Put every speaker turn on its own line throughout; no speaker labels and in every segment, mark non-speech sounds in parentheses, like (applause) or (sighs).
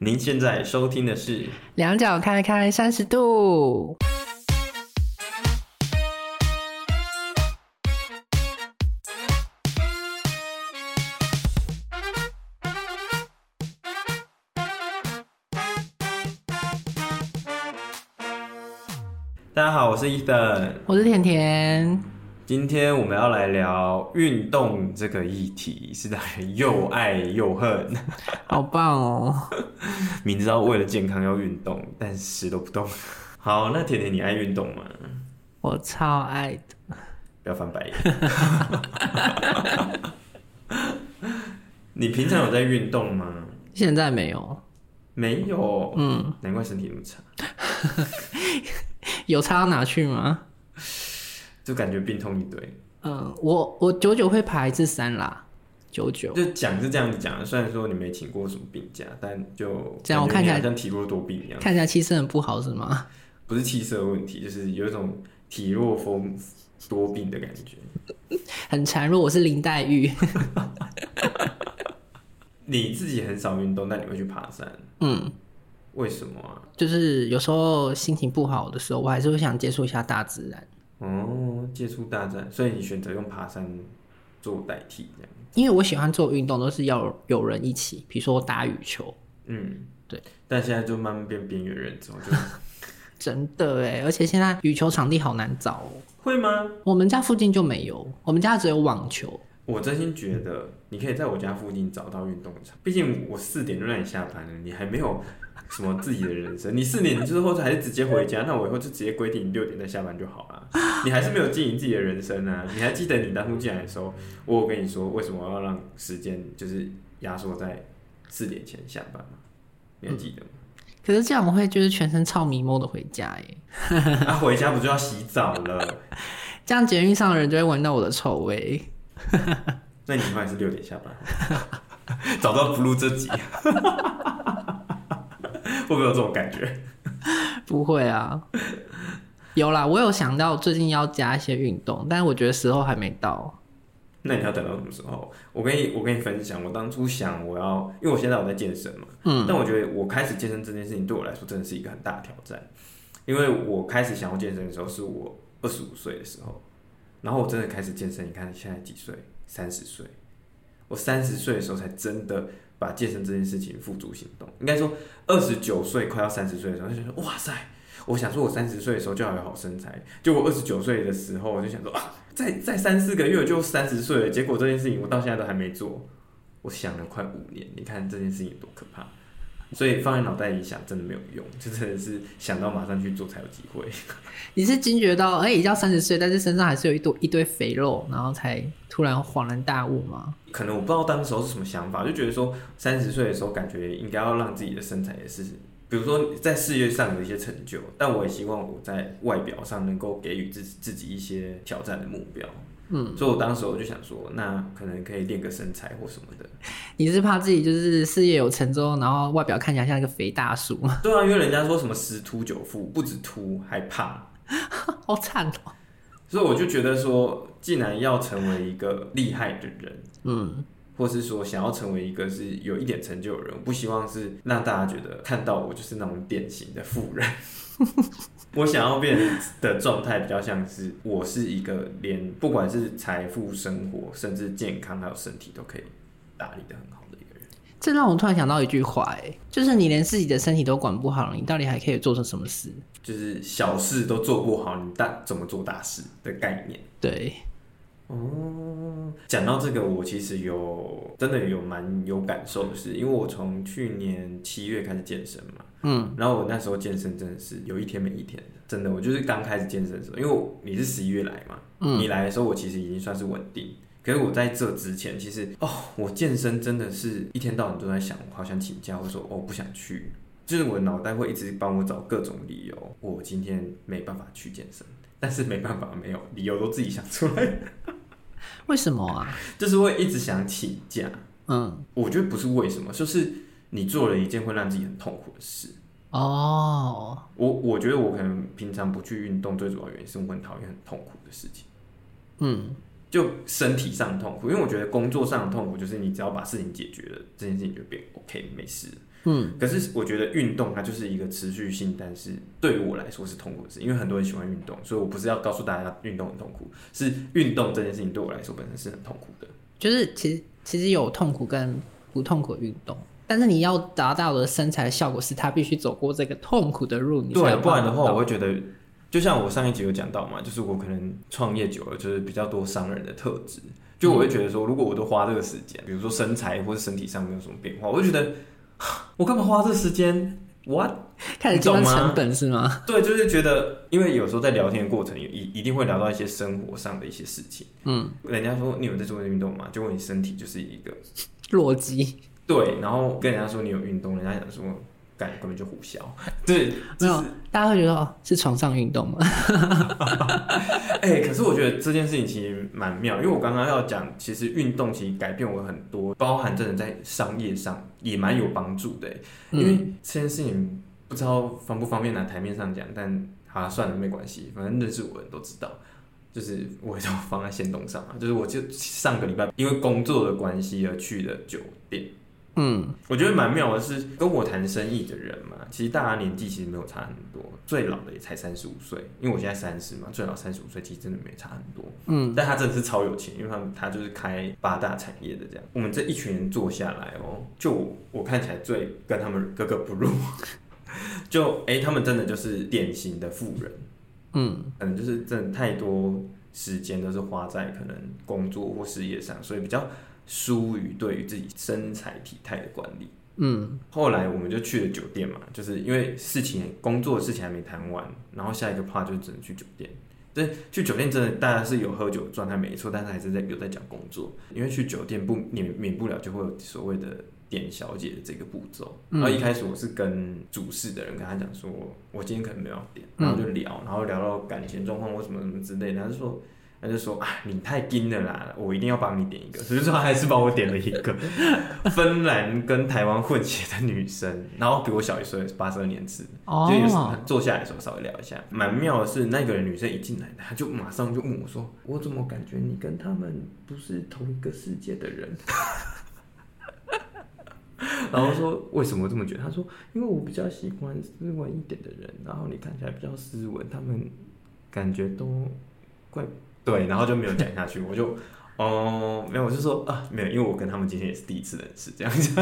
您现在收听的是
两脚开开三十度。
大家好，我是 Ethan。
我是甜甜，
今天我们要来聊运动这个议题，是在又爱又恨。 (laughs)
好棒哦！
明知道为了健康要运动，但死都不动。 (laughs) 好，那甜甜，你爱运动吗？
我超爱的。
不要翻白眼。 (laughs) 你平常有在运动吗？
现在没有，
没有，嗯，难怪身体那么差，
有差到哪去吗？
就感觉病痛一堆。
嗯，我我久久会爬一次山啦，久久。
就讲是这样子讲的，虽然说你没请过什么病假，但就
这样我
感觉你
看起来
好像体弱多病一样，
看起来气色很不好是吗？
不是气色的问题，就是有一种体弱风多病的感觉。
很孱弱，我是林黛玉。
你自己很少运动，但你会去爬山，
嗯，
为什么啊？
就是有时候心情不好的时候，我还是会想接触一下大自然，
哦，接触大自然，所以你选择用爬山做代替，这样。
因为我喜欢做运动都是要有人一起，比如说打羽球，
嗯，
对。
但现在就慢慢变边缘人之后，就
真的哎，而且现在羽球场地好难找哦。
会吗？
我们家附近就没有，我们家只有网球。
我真心觉得你可以在我家附近找到运动场，毕竟我四点就让你下班了，你还没有什么自己的人生。你四点之后还是直接回家，那我以后就直接规定你六点再下班就好了。你还是没有经营自己的人生啊！你还记得你当初进来的时候，我有跟你说为什么要让时间就是压缩在四点前下班吗？你还记得吗？
可是这样我会就是全身超迷蒙的回家耶，
啊，回家不就要洗澡了？
这样捷运上的人就会闻到我的臭味。 (laughs)
那你以后还是六点下班， (laughs) 早知道不录这集，会不 (laughs) 会有这种感觉？
不会啊，有啦，我有想到最近要加一些运动，但是我觉得时候还没到。
那你要等到什么时候？我跟你我跟你分享，我当初想我要，因为我现在我在健身嘛，嗯，但我觉得我开始健身这件事情对我来说真的是一个很大的挑战，因为我开始想要健身的时候是我二十五岁的时候，然后我真的开始健身，你看现在几岁？三十岁，我三十岁的时候才真的把健身这件事情付诸行动，应该说二十九岁快要三十岁的时候就觉得哇塞。我想说，我三十岁的时候就要有好身材。就我二十九岁的时候，我就想说啊，再再三四个月我就三十岁了。结果这件事情我到现在都还没做，我想了快五年。你看这件事情多可怕！所以放在脑袋里想真的没有用，就真的是想到马上去做才有机会。
你是惊觉到，哎、已经要三十岁，但是身上还是有一堆一堆肥肉，然后才突然恍然大悟吗？
可能我不知道当时候是什么想法，就觉得说三十岁的时候感觉应该要让自己的身材也是，比如说在事业上有一些成就，但我也希望我在外表上能够给予自自己一些挑战的目标。嗯，所以我当时我就想说，那可能可以练个身材或什么的。
你是怕自己就是事业有成之后，然后外表看起来像一个肥大叔吗？ (laughs)
对啊，因为人家说什么十突九富，不止秃还胖，
好惨哦、
所以我就觉得说，既然要成为一个厉害的人，
嗯，
或是说想要成为一个是有一点成就的人，我不希望是让大家觉得看到我就是那种典型的富人。 (laughs) 我想要变的状态比较像是我是一个连不管是财富、生活，甚至健康还有身体都可以打理的很好的一个人。
这让我突然想到一句话、哎，就是你连自己的身体都管不好了，你到底还可以做成什么事？
就是小事都做不好，你大怎么做大事的概念。
对，
哦，讲到这个，我其实有真的有蛮有感受的是，因为我从去年七月开始健身嘛，
嗯，
然后我那时候健身真的是有一天没一天的，真的，我就是刚开始健身的时候，因为我你是十一月来嘛，
嗯
你来的时候我其实已经算是稳定，可是我在这之前，其实哦，我健身真的是一天到晚都在想，我好想请假，或者说哦不想去，就是我的脑袋会一直帮我找各种理由，我今天没办法去健身，但是没办法，没有理由都自己想出来。
为什么啊？
就是会一直想请假。
嗯，
我觉得不是为什么，就是你做了一件会让自己很痛苦的事。
哦，
我我觉得我可能平常不去运动，最主要原因是我很讨厌很痛苦的事情，
嗯，
就身体上的痛苦。因为我觉得工作上的痛苦就是你只要把事情解决了，这件事情就变 OK 没事了。嗯，可是我觉得运动它就是一个持续性，但是对于我来说是痛苦的事，因为很多人喜欢运动，所以我不是要告诉大家运动很痛苦，是运动这件事情对我来说本身是很痛苦的。
就是其实其实有痛苦跟不痛苦的运动，但是你要达到的身材效果是他必须走过这个痛苦的路，你才
对，
有
不然的
办
话
法
我会觉得，就像我上一集有讲到嘛，就是我可能创业久了，就是比较多商人的特质，就
嗯
我会觉得说，如果我都花这个时间，比如说身材或者身体上没有什么变化，我就觉得 (sighs) 我干嘛花这时间？What？
(laughs) 开始计算
你懂吗
成本是吗？
对，就是觉得，因为有时候在聊天的过程，一一定会聊到一些生活上的一些事情。
嗯，
人家说你有在做运动吗？结果你身体就是一个
洛基
对，然后跟人家说你有运动，人家想说，干根本就胡笑。 (laughs) 对，
没有，大家会觉得哦是床上运动吗？
(laughs) 哎、可是我觉得这件事情其实蛮妙，因为我刚刚要讲，其实运动其实改变我很多，包含真的在商业上也蛮有帮助的、 (laughs)
嗯
因为这件事情不知道方不方便拿台面上讲，但啊算了没关系，反正认识我的人都知道。就是我都放在行动上啊，就是我就上个礼拜因为工作的关系而去的酒店，
嗯，
我觉得蛮妙的是跟我谈生意的人嘛，其实大家年纪其实没有差很多，最老的也才三十五岁，因为我现在三十嘛，最老三十五岁其实真的没差很多。
嗯，
但他真的是超有钱，因为他们他就是开八大产业的这样。我们这一群人坐下来哦，就我我看起来最跟他们格格不入， (laughs) 就哎、他们真的就是典型的富人，
嗯，
可能就是真的太多时间都是花在可能工作或事业上，所以比较疏于对于自己身材体态的管理。
嗯，
后来我们就去了酒店嘛，就是因为事情工作的事情还没谈完，然后下一个 part 就只能去酒店。但去酒店真的大家是有喝酒的状态没错，但是还是在有在讲工作，因为去酒店不免免不了就会有所谓的点小姐的这个步骤。
嗯
然后一开始我是跟主事的人跟他讲说，我今天可能没有要点，然后就聊，然后聊到感情状况或什么什么之类的，他就说。他就说啊，你太精了啦，我一定要帮你点一个。所以说他还是帮我点了一个，芬兰跟台湾混血的女生，然后比我小一岁，八十二年次，就有时候
哦，
坐下来的时候稍微聊一下。蛮妙的是，那个女生一进来，她就马上就问我说：“我怎么感觉你跟他们不是同一个世界的人？” (laughs) 然后说为什么这么觉得？她说：“因为我比较喜欢斯文一点的人，然后你看起来比较斯文，他们感觉都怪对，然后就没有讲下去，我就。”哦，没有，我就说啊，没有，因为我跟他们今天也是第一次认识，这样子。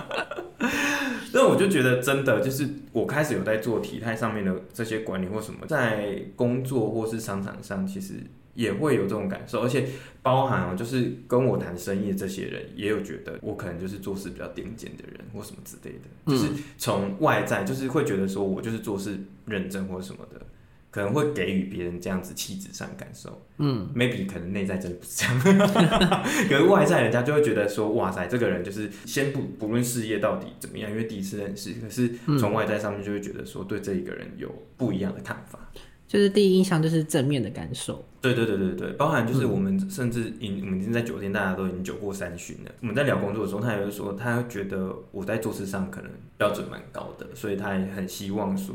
(laughs) 但我就觉得真的就是我开始有在做体态上面的这些管理或什么，在工作或是商场上，其实也会有这种感受，而且包含哦，就是跟我谈生意的这些人，也有觉得我可能就是做事比较顶尖的人或什么之类的，就是从外在就是会觉得说我就是做事认真或什么的。可能会给予别人这样子气质上的感受，
嗯
，maybe 可能内在真的不是这样， (laughs) 可是外在人家就会觉得说，哇塞，这个人就是先不不论事业到底怎么样，因为第一次认识，可是从外在上面就会觉得说，对这一个人有不一样的看法。
就是第一印象就是正面的感受，
对对对对对，包含就是我们甚至已我们已经在酒店，大家都已经酒过三巡了。我们在聊工作的时候，他也会说，他觉得我在做事上可能标准蛮高的，所以他也很希望说，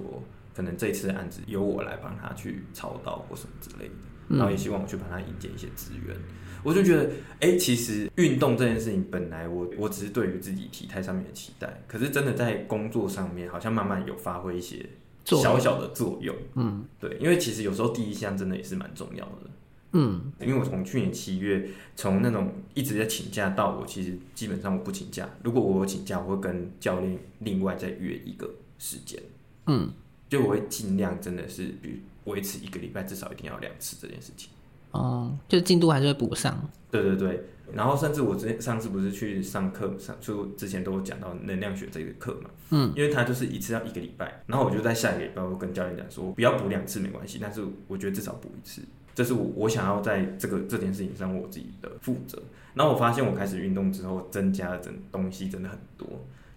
可能这次的案子由我来帮他去操刀或什么之类的，
嗯
然后也希望我去帮他引荐一些资源。我就觉得，哎、其实运动这件事情本来我我只是对于自己体态上面的期待，可是真的在工作上面好像慢慢有发挥一些
作用
小小的作用。
嗯
对，因为其实有时候第一项真的也是蛮重要的。
嗯
因为我从去年七月从那种一直在请假到我其实基本上我不请假，如果我有请假，我会跟教练另外再约一个时间，
嗯，
就我会尽量真的是比如维持一个礼拜至少一定要两次这件事情。
哦，就进度还是会补上，
对对对，然后甚至我之前上次不是去上课上，就之前都有讲到能量学这个课嘛，
嗯，
因为它就是一次要一个礼拜，然后我就在下一个礼拜我跟教练讲说，不要补两次没关系，但是我觉得至少补一次，这是我我想要在这个这件事情上我自己的负责。然后我发现我开始运动之后，增加了真东西真的很多。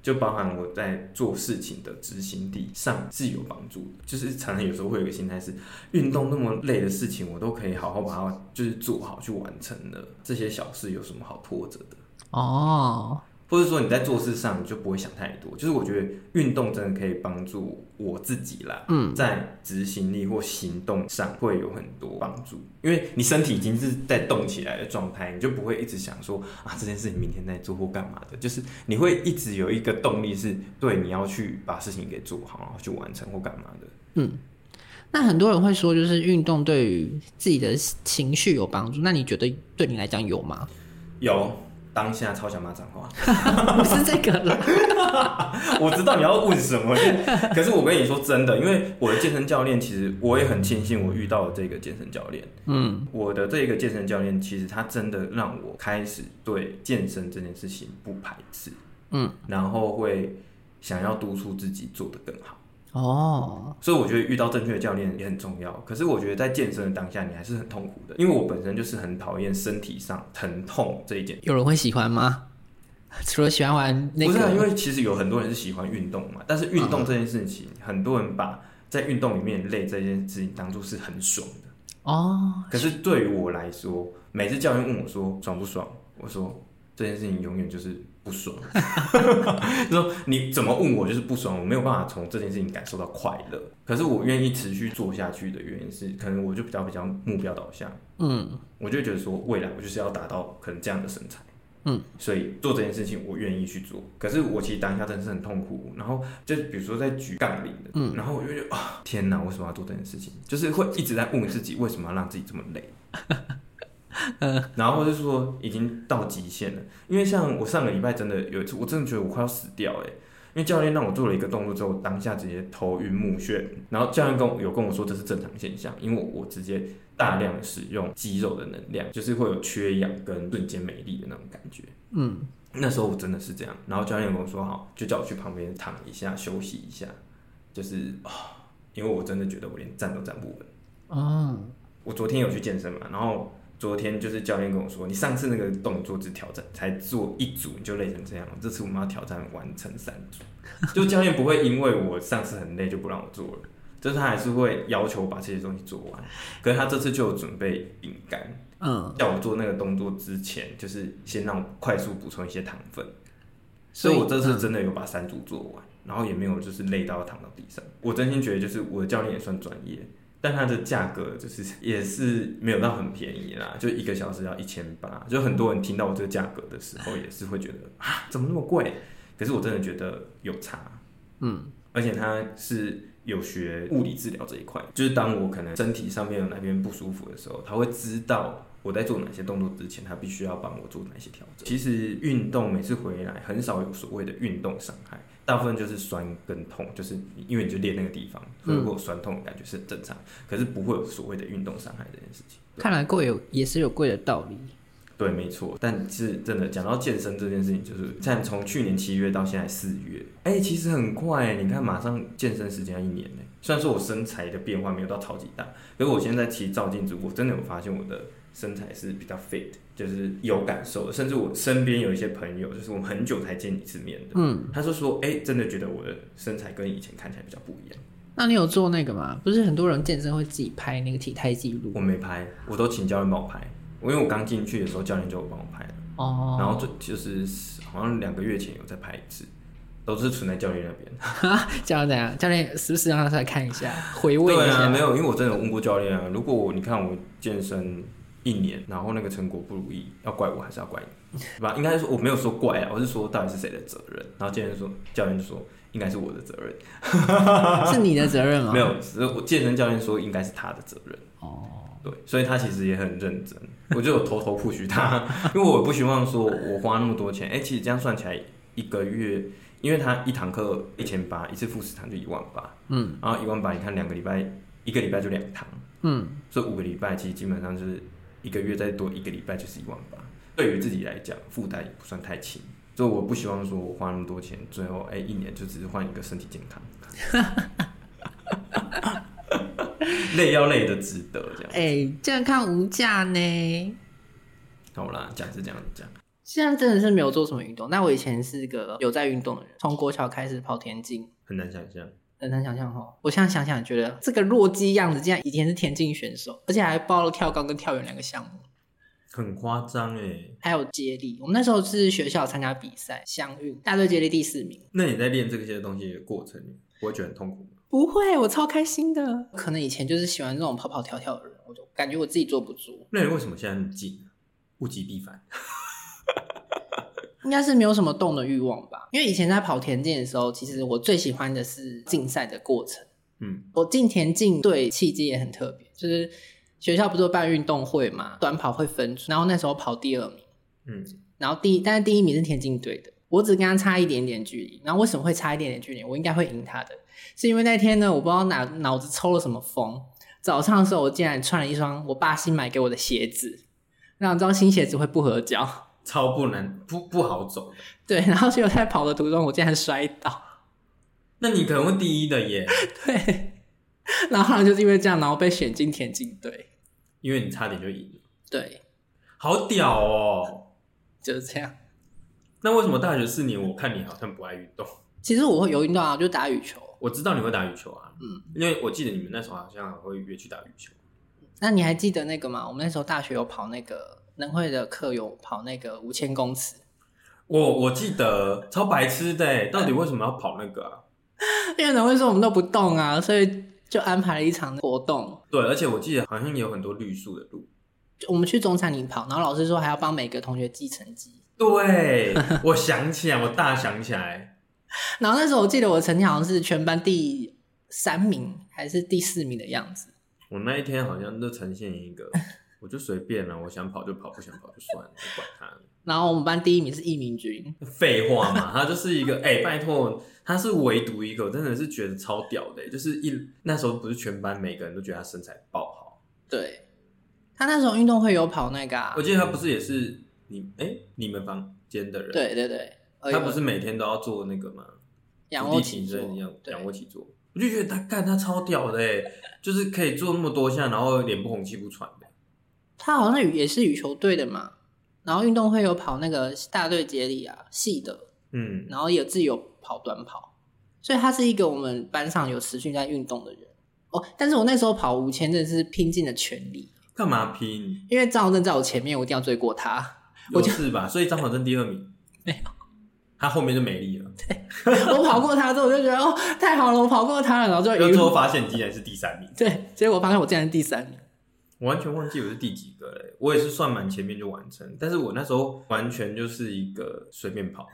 就包含我在做事情的执行力上是有帮助的，就是常常有时候会有一个心态是，运动那么累的事情，我都可以好好把它就是做好去完成了，这些小事有什么好拖着的？
哦，
或者说你在做事上你就不会想太多。就是我觉得运动真的可以帮助我自己啦，
嗯，
在执行力或行动上会有很多帮助，因为你身体已经是在动起来的状态，你就不会一直想说啊这件事情明天再做或干嘛的，就是你会一直有一个动力是对你要去把事情给做好，然后去完成或干嘛的。
那很多人会说，就是运动对于自己的情绪有帮助。那你觉得对你来讲有吗？
有当下超想骂脏话，
(laughs) 不是这个啦，
(laughs) 我知道你要问什么，可是我跟你说真的，因为我的健身教练，其实我也很庆幸我遇到了这个健身教练。
嗯，
我的这个健身教练，其实他真的让我开始对健身这件事情不排斥，
嗯，
然后会想要督促自己做得更好。
哦，
所以我觉得遇到正确的教练也很重要。可是我觉得在健身的当下，你还是很痛苦的，因为我本身就是很讨厌身体上疼痛这一件。
有人会喜欢吗？除了喜欢玩那
不是、啊，因
个，嗯
为其实有很多人是喜欢运动嘛，但是运动这件事情，很多人把在运动里面累这件事情当做是很爽的。
哦，
可是对于我来说，每次教练问我说爽不爽，我说这件事情永远就是不爽。就说你怎么问我就是不爽，我没有办法从这件事情感受到快乐。可是我愿意持续做下去的原因是，可能我就比较比较目标导向，
嗯，
我就觉得说，未来我就是要达到可能这样的身材，
嗯，
所以做这件事情我愿意去做。可是我其实当下真的是很痛苦，然后就比如说在举杠铃的，
嗯
然后我就觉得啊，天哪，为什么要做这件事情？就是会一直在问自己，为什么要让自己这么累？然后或者是说已经到极限了，因为像我上个礼拜真的有一次，我真的觉得我快要死掉哎、欸因为教练让我做了一个动作之后，当下直接头晕目眩，然后教练跟我有跟我说这是正常现象，因为我直接大量地使用肌肉的能量，就是会有缺氧跟瞬间没力的那种感觉。
嗯，
那时候我真的是这样，然后教练跟我说好，就叫我去旁边躺一下休息一下，就是啊、因为我真的觉得我连站都站不稳。
哦，
我昨天有去健身嘛，然后昨天就是教练跟我说，你上次那个动作只挑战才做一组你就累成这样了，这次我们要挑战完成三组。 (laughs) 就教练不会因为我上次很累就不让我做了，就是他还是会要求把这些东西做完。可是他这次就有准备饼干，
嗯，
叫我做那个动作之前，就是先让我快速补充一些糖分。
所
所
以
以我这次
嗯
真的有把三组做完，然后也没有就是累到躺到地上。我真心觉得就是我的教练也算专业，但他的价格就是 (laughs) 也是没有到很便宜啦，就一个小时要一千八。就很多人听到我这个价格的时候，也是会觉得啊怎么那么贵？可是我真的觉得有差，
嗯，
而且他是。有学物理治疗这一块，就是当我可能身体上面有哪边不舒服的时候，他会知道我在做哪些动作之前，他必须要帮我做哪些调整。其实运动每次回来很少有所谓的运动伤害，大部分就是酸跟痛，就是你因为你就练那个地方，所以会有酸痛的感觉是很正常，可是不会有所谓的运动伤害这件事情。
看来贵有也是有贵的道理。
对，没错。但是真的讲到健身这件事情，就是像从去年七月到现在四月，哎、其实很快、欸你看，马上健身时间要一年呢、虽然说我身材的变化没有到超级大，可是我现在其实照镜子，我真的有发现我的身材是比较 fit，就是有感受的。甚至我身边有一些朋友，就是我们很久才见一次面的，
嗯，
他就说，哎、真的觉得我的身材跟以前看起来比较不一样。
那你有做那个吗？不是很多人健身会自己拍那个体态记录
我没拍，我都请教练帮我拍，我因为我刚进去的时候，教练就有帮我拍了。
哦，
然后就就是好像两个月前有在拍一次，都是存在教练那边。
(laughs) 教练怎样？教练时不时让他出来看一
(laughs)
下，回味一
对啊，
下。
没有，因为我真的有问过教练啊。如果我你看我健身一年，然后那个成果不如意，要怪我还是要怪你？ (laughs) 对吧？应该说我没有说怪啊，我是说到底是谁的责任？然后教练说，教练就说应该是我的责任，
(laughs) 是你的责任哦
(laughs)
吗？
没有，只是我健身教练说应该是他的责任。
哦，
对，所以他其实也很认真， (laughs) 我就有偷偷 push 他， (laughs) 因为我不希望说我花那么多钱，哎、其实这样算起来一个月，因为他一堂课一千八，一次复十堂就一万八，
嗯，
然后一万八，你看两个礼拜，一个礼拜就两堂，
嗯，
所以五个礼拜其实基本上就是一个月再多一个礼拜就是一万八，对于自己来讲负担也不算太轻，所以我不希望说我花那么多钱，最后哎、一年就只是换一个身体健康， (laughs) 累要累的值得这样。
哎、健康无价呢。
好啦，讲是这样讲，
现在真的是没有做什么运动。那我以前是个有在运动的人，从国小开始跑田径，
很难想象。
很难想象哦。我现在想想，觉得这个弱鸡样子，竟然以前是田径选手，而且还包了跳高跟跳远两个项目。
很夸张哎。
还有接力。我们那时候是学校参加比赛，相遇大队接力第四名。
那你在练这些东西的过程里，不会觉得很痛苦吗？
不会，我超开心的。可能以前就是喜欢这种跑跑跳跳的人，我就感觉我自己做不足，
那你为什么现在那么近？啊物极必反，
应该是没有什么动的欲望吧。因为以前在跑田径的时候，其实我最喜欢的是竞赛的过程。
嗯，
我进田径队契机也很特别，就是学校不是有办运动会嘛，短跑会分组，然后那时候跑第二名，
嗯，
然后第一，但是第一名是田径队的，我只跟他差一点点距离。然后为什么会差一点点距离？我应该会赢他的，是因为那天呢，我不知道哪脑子抽了什么风，早上的时候我竟然穿了一双我爸新买给我的鞋子，那你知道新鞋子会不合脚，
超不难，不不好走的。
对，然后结果在跑的途中我竟然摔倒，
那你可能会第一的耶，
对，然后后来就是因为这样，然后被选进田径队，
因为你差点就赢了，
对，
好屌哦！
就是这样。
那为什么大学四年我看你好像不爱运动？
其实我会有运动啊，就打羽球。
我知道你会打羽球啊，
嗯，
因为我记得你们那时候好像还会约去打羽球。
那你还记得那个吗？我们那时候大学有跑那个能会的课，有跑那个五千公尺，
我我记得超白痴的耶，到底为什么要跑那个啊？
因为能会说我们都不动啊，所以就安排了一场活动。
对，而且我记得好像也有很多绿树的路。
就我们去中山陵跑，然后老师说还要帮每个同学记成绩。
对，我想起来，我大想起来，
然后那时候我记得我的成绩好像是全班第三名还是第四名的样子。
我那一天好像就呈现一个，我就随便了，我想跑就跑，不想跑就算了，不管他。
然后我们班第一名是易明君，
废话嘛，他就是一个，哎、拜托，他是唯独一个，我真的是觉得超屌的耶，就是一那时候不是全班每个人都觉得他身材爆好，
对他那时候运动会有跑那个、啊
我，记得他不是也是你哎、你们房间的人，，
对对对，呃
他不是每天都要做那个吗？
仰
伏
卧
地
起
挺
坐
身一样，
对
仰卧起坐，我就觉得他干他超屌的耶，就是可以做那么多下，然后脸不红气不喘的。
他好像也是羽球队的嘛，然后运动会有跑那个大队接力啊，系的，
嗯，
然后也自己有跑短跑，所以他是一个我们班上有持续在运动的人。哦，但是我那时候跑五千真的是拼尽了全力，
干嘛拼？
因为张浩正在我前面，我一定要追过他。 (laughs) 我
有
就
事吧？所以张小正第二名，
(laughs) 没
有，他后面就没力了。
我跑过他之后，我就觉得哦，太好了，我跑过他了，然后就一
然后最
路
后发现竟然是第三名，
对，结果发现我竟然是第三名。
我完全忘记我是第几个嘞。我也是算蛮前面就完成，但是我那时候完全就是一个随便跑。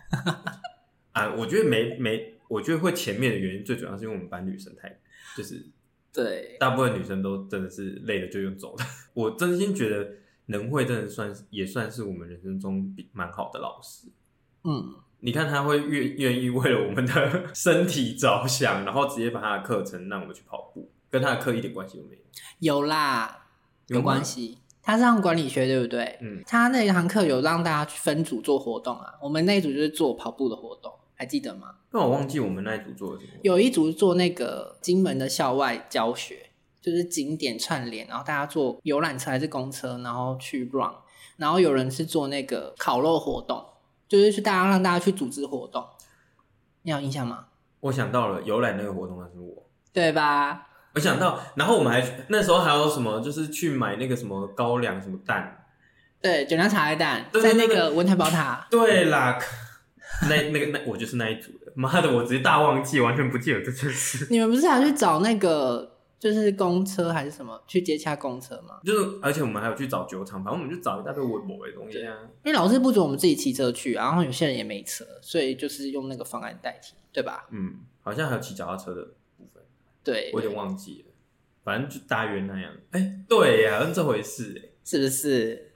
啊，我觉得没没，我觉得会前面的原因最主要是因为我们班女生太，就是
对，
大部分女生都真的是累了就用走了。 (laughs) 我真心觉得能会真的算是也算是我们人生中比蛮好的老师。
嗯，
你看他会愿愿意为了我们的身体着想，然后直接把他的课程让我们去跑步，跟他的课一点关系都没有。
有啦，有
吗
关。系。他上管理学对不对？
嗯，
他那一堂课有让大家去分组做活动啊，我们那一组就是做跑步的活动，还记得吗？
那我忘记我们那一组做了什么。
有一组做那个金门的校外教学，就是景点串联，然后大家坐游览车还是公车，然后去 run，然后有人是做那个烤肉活动，就是去大家让大家去组织活动，你有印象吗？
我想到了游览那个活动，那是我。
对吧？
我想到，然后我们还那时候还有什么，就是去买那个什么高粱什么蛋。
对，酒酿茶叶蛋
对
在
对
那
对
个文台宝塔，
对啦，嗯那那个那我就是那一组的。妈的，我直接大忘记，完全不记得这件事。
你们不是还去找那个就是公车还是什么去接洽公车吗？
就是，而且我们还有去找酒厂，反正我们就找一大堆微博的东西啊。
因为老师不准我们自己骑车去，然后有些人也没车，所以就是用那个方案代替，对吧？
嗯，好像还有骑脚踏车的部分。
对，
我有点忘记了，反正就大约那样。哎、对呀，好像这回事哎，
是不是？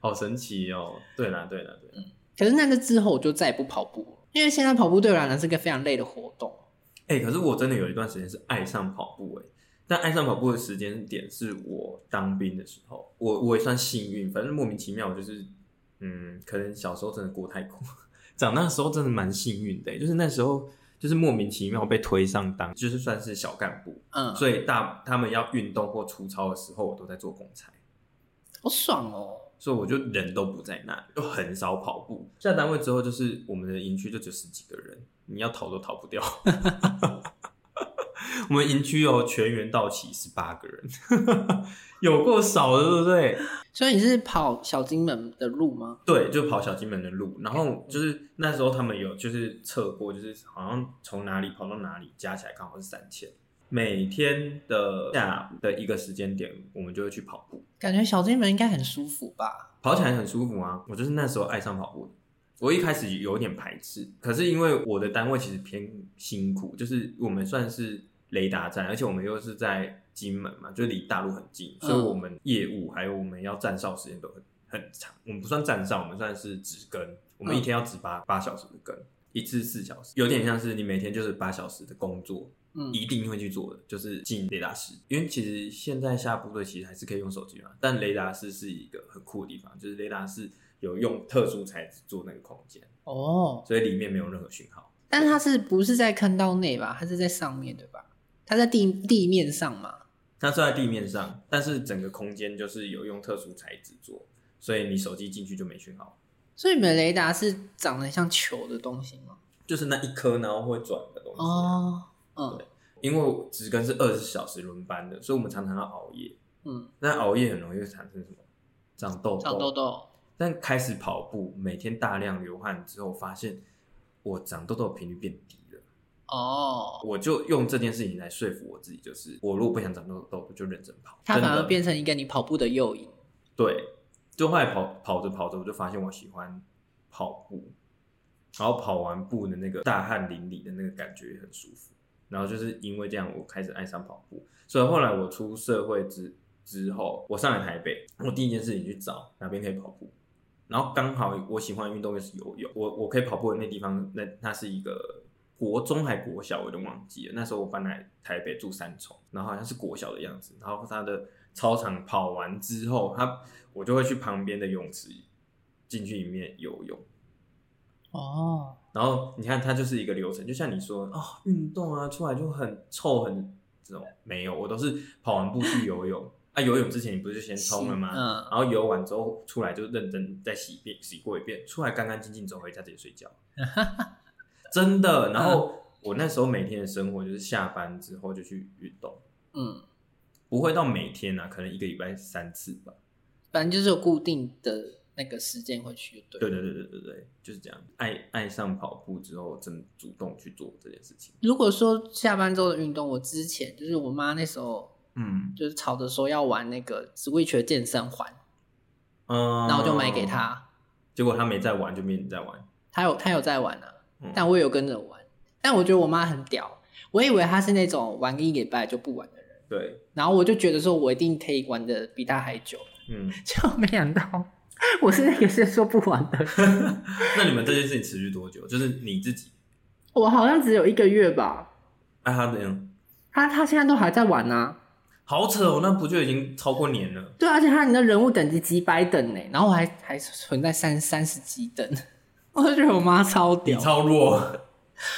好神奇哦。对啦，对啦，对啦。
可是那个之后我就再也不跑步了，因为现在跑步对我来讲是个非常累的活动。
哎、可是我真的有一段时间是爱上跑步哎，但爱上跑步的时间点是我当兵的时候，我我也算幸运，反正莫名其妙我就是，嗯，可能小时候真的过太苦，长大的时候真的蛮幸运的欸，就是那时候就是莫名其妙被推上当，就是算是小干部，
嗯，
所以大他们要运动或出操的时候，我都在做公差。
好爽哦。
所以我就人都不在那，就很少跑步。下单位之后， (laughs) 就是我们的营区就只有十几个人，你要逃都逃不掉。
我们营区有全员到齐十八个
(laughs)
人，有够少的，对不对？
所以你是跑小金门的路吗？
对，就跑小金门的路，然后就是那时候他们有就是测过，就是好像从哪里跑到哪里，加起来刚好是三千。每天的下午的一个时间点，我们就会去跑步，
感觉小金门应该很舒服吧？
跑起来很舒服啊。我就是那时候爱上跑步的。我一开始有点排斥，可是因为我的单位其实偏辛苦，就是我们算是雷达站，而且我们又是在金门嘛，就离大陆很近，
嗯
所以我们业务还有我们要站哨时间都很很长。我们不算站哨，我们算是值更，我们一天要值八八小时的更，一次四小时，有点像是你每天就是八小时的工作，
嗯，
一定会去做的，就是进雷达室。因为其实现在下部队其实还是可以用手机嘛，但雷达室是一个很酷的地方，就是雷达室有用特殊材质做那个空间，
哦，
所以里面没有任何讯号。
但是它是不是在坑道内吧？它是在上面对吧？它在地地面上嘛？
它虽在地面上，但是整个空间就是有用特殊材质做，所以你手机进去就没讯号，
所以你们雷达是长得像球的东西吗？
就是那一颗然后会转的东西。啊
哦，嗯
因为职根是二十小时轮班的，所以我们常常要熬夜。
嗯，
那熬夜很容易会产生什么？长痘
长痘痘，
但开始跑步，每天大量流汗之后，发现我长痘痘的频率变低了。
哦，
我就用这件事情来说服我自己，就是我如果不想长痘痘，我就认真跑。
它反
真
而
的
变成一个你跑步的诱因。
对，就后来跑跑着跑着，我就发现我喜欢跑步，然后跑完步的那个大汗淋漓的那个感觉也很舒服。然后就是因为这样，我开始爱上跑步。所以后来我出社会之之后，我上来台北，我第一件事情去找哪边可以跑步。然后刚好我喜欢的运动又是游泳，我我可以跑步的那地方，那那是一个国中还国小，我都忘记了。那时候我搬来台北住三重，然后好像是国小的样子。然后它的操场跑完之后，它我就会去旁边的泳池进去里面游泳。
哦，
然后你看，它就是一个流程，就像你说哦，运动啊，出来就很臭很这种没有，我都是跑完步去游泳。啊，游泳之前你不是就先冲了吗？
嗯，
然后游完之后出来就认真再洗一遍，洗过一遍，出来干干净净走回家直接睡觉，真的。然后我那时候每天的生活就是下班之后就去运动，
嗯，
不会到每天啊，可能一个礼拜三次吧。
反正就是有固定的那个时间会去，对。
对对对对对对，就是这样。爱爱上跑步之后，真主动去做这件事情。
如果说下班之后的运动，我之前就是我妈那时候
嗯
就是吵着说要玩那个 Switch 的健身环，
嗯，
那我就买给，她，
结果他没在玩，就没人在玩。
她有她有在玩啊，
嗯
但我也有跟着玩，但我觉得我妈很屌，我以为她是那种玩个一个礼拜就不玩的人，
对，
然后我就觉得说我一定可以玩的比她还久，
嗯，
(laughs) 就没想到我是那个先说不玩的人，
那你们这件事情持续多久？就是你自己，
(laughs) 我好像只有一个月吧，
啊，他怎样？
她她现在都还在玩啊，
好扯哦，那不就已经超过年了？
对，而且他你的人物等级几百等呢，然后我还还存在三三十几等， (laughs) 我就觉得我妈超
你
屌。
超弱，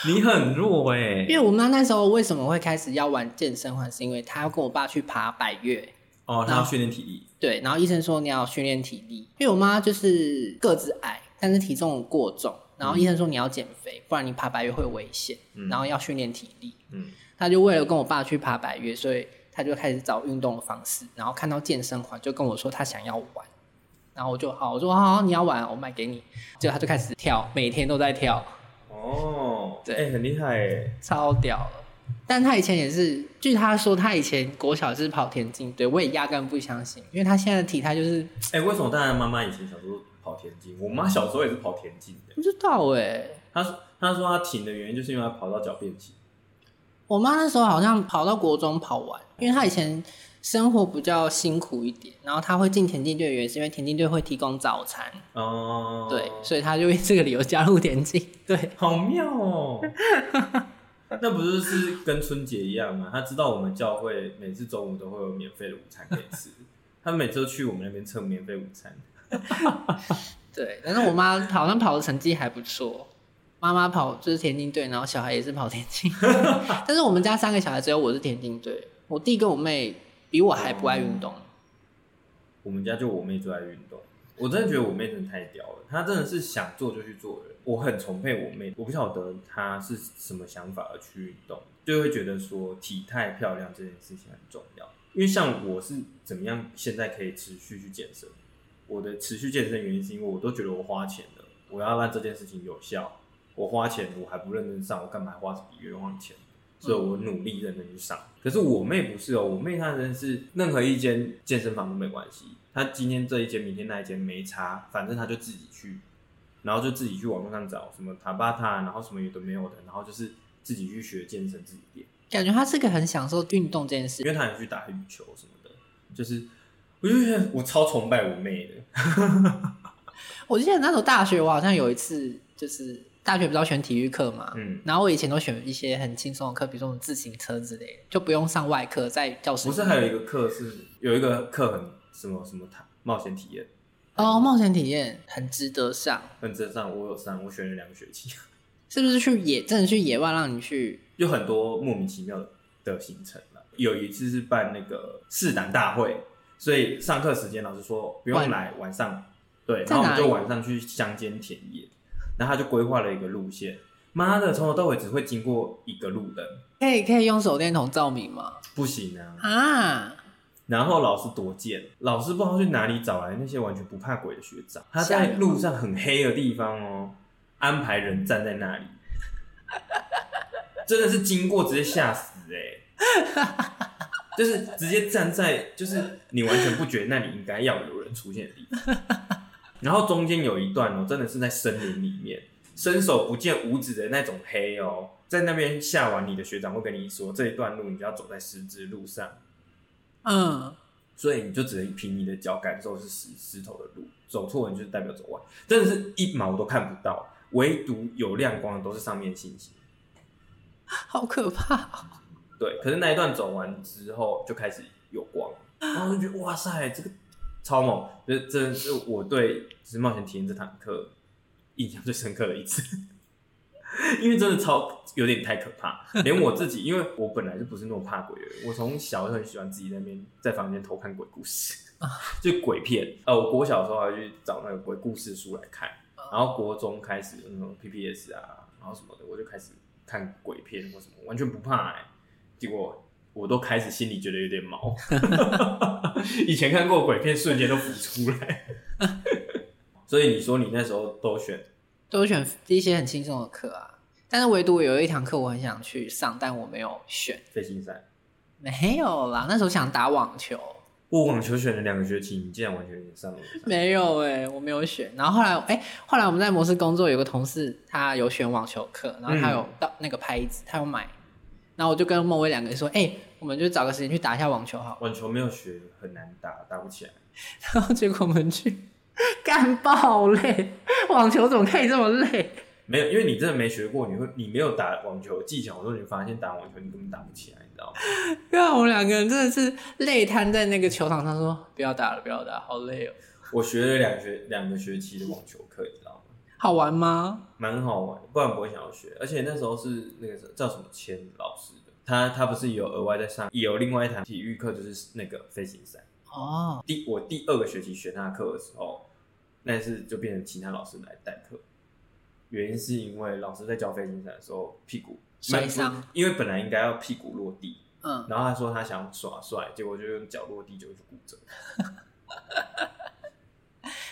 你很弱哎、
因为我妈那时候为什么会开始要玩健身环，是因为她要跟我爸去爬百越，
哦，他要训练体力，
对，然后医生说你要训练体力，因为我妈就是个子矮，但是体重过重，然后医生说你要减肥，不然你爬百越会危险，
嗯
然后要训练体力，
嗯，
她就为了跟我爸去爬百越，所以她就开始找运动的方式，然后看到健身环就跟我说她想要玩，然后我就好，我说好，好你要玩，我买给你。结果她就开始跳，每天都在跳，
哦，
对
欸很厉害哎、
超屌了。但她以前也是，据她说，她以前国小是跑田径队，我也压根不相信，因为她现在的体态就是
哎、为什么大家妈妈以前小时候跑田径？我妈小时候也是跑田径的，
不知道哎、
她说她说她停的原因就是因为她跑到脚变形，
我妈那时候好像跑到国中跑完，因为她以前生活比较辛苦一点，然后她会进田径队，的原因是因为田径队会提供早餐，
哦，
对，所以她就因为这个理由加入田径。对，
好妙哦。 (laughs) 那不就是跟春节一样吗？她知道我们教会每次中午都会有免费的午餐可以
(laughs)
吃，她每次都去我们那边蹭免费午餐。
对，但是我妈好像跑的成绩还不错，妈妈跑就是田径队，然后小孩也是跑田 (laughs) 径，但是我们家三个小孩只有我是田径队，我哦弟跟我妹比我还不爱运动。
我们家就我妹最爱运动，我真的觉得我妹真的太屌了，她真的是想做就去做的人。我很崇拜我妹，我不晓得她是什么想法而去运动，就会觉得说体态漂亮这件事情很重要。因为像我是怎么样现在可以持续去健身，我的持续健身原因是因为我都觉得我花钱了，我要让这件事情有效。我花钱我还不认真上，我干嘛花这笔冤枉钱？所以我努力认真去上。可是我妹不是哦，我妹她真的是任何一间健身房都没关系，她今天这一间，明天那一间没差，反正她就自己去，然后就自己去网络上找什么塔巴塔，然后什么有的没有的，然后就是自己去学健身，自己练。
感觉他是个很享受运动这件事
因。为她也去打羽球什么的，就是我就觉得我超崇拜我妹的。 (laughs)
我记得那时候大学，我好像有一次就是大学不是要选体育课嘛，
嗯，
然后我以前都选一些很轻松的课，比如说我们自行车之类的，就不用上外课，在教室
不
里
是还有一个课是有一个课很什么什么塔冒险体验，
哦，冒险体验很值得上，
很真上我有上，我选了两个学期， (laughs)
是不是去野真的去野外让你去？
有很多莫名其妙的行程了。有一次是办那个试胆大会，所以上课时间老师说不用
晚
来，晚上对，
在
然后我们
哪
就
里
晚上去乡间田野，然后他就规划了一个路线。妈的，从头到尾只会经过一个路灯，
可以可以用手电筒照明吗？
不行啊！
啊，
然后老师多贱，老师不知道去哪里找来那些完全不怕鬼的学长，他
吓
在
人
路上很黑的地方哦，安排人站在那里，真的是经过直接吓死哎、就是直接站在就是你完全不觉得那里应该要有人出现的地方，然后中间有一段哦，真的是在森林里面，伸手不见五指的那种黑哦，在那边吓完你的学长会跟你说这一段路你就要走在十字路上。
嗯，
所以你就只能凭你的脚感受是石石头的路，走错你就是代表走歪，真的是一毛都看不到，唯独有亮光的都是上面星星。
好可怕哦！
对，可是那一段走完之后就开始有光，然后我就觉得哇塞，这个超猛！这这是我对《就是冒险体验》这堂课印象最深刻的一次， (laughs) 因为真的超有点太可怕，连我自己，因为我本来就不是那种怕鬼的人，我从小就很喜欢自己在那边在房间偷看鬼故事， (laughs) 就鬼片。呃，我国小的时候还去找那个鬼故事书来看，然后国中开始那种 PPS 啊，然后什么的，我就开始看鬼片或什么，完全不怕哎、结果我都开始心里觉得有点毛。 (laughs) 以前看过鬼片，瞬间都浮出来。 (laughs) 所以你说你那时候都选
都选一些很轻松的课啊，但是唯独有一堂课我很想去上，但我没有选，
飞行伞，
没有啦。那时候想打网球，
我网球选了两个学期，你竟然完全连上了。
没有哎、我没有选。然后后来，哎、后来我们在模式工作，有个同事他有选网球课，然后他有到那个拍子，他有买。然后我就跟孟威两个人说，哎、我们就找个时间去打一下网球好了。
网球没有学很难打，打不起来。
然后结果我们去 (laughs) 干爆累，网球怎么可以这么 (laughs) 累？
没有，因为你真的没学过，你会你没有打网球技巧的时候，你发现打网球你根本打不起来，你知道吗？
因为我们两个人真的是累瘫在那个球场上说，不要打了，不要打，好累哦。
我学了两学两个学期的网球课，你知道吗？
好玩吗？
蛮好玩，不然不会想要学。而且那时候是那个叫什么千老师的，他他不是有额外在上，有另外一堂体育课，就是那个飞行伞。
哦，
第我第二个学期选他的课的时候，那次就变成其他老师来代课，原因是因为老师在教飞行伞的时候屁股
摔伤，
没有因为本来应该要屁股落地，
嗯，
然后他说他想耍帅，结果就用脚落地就骨折，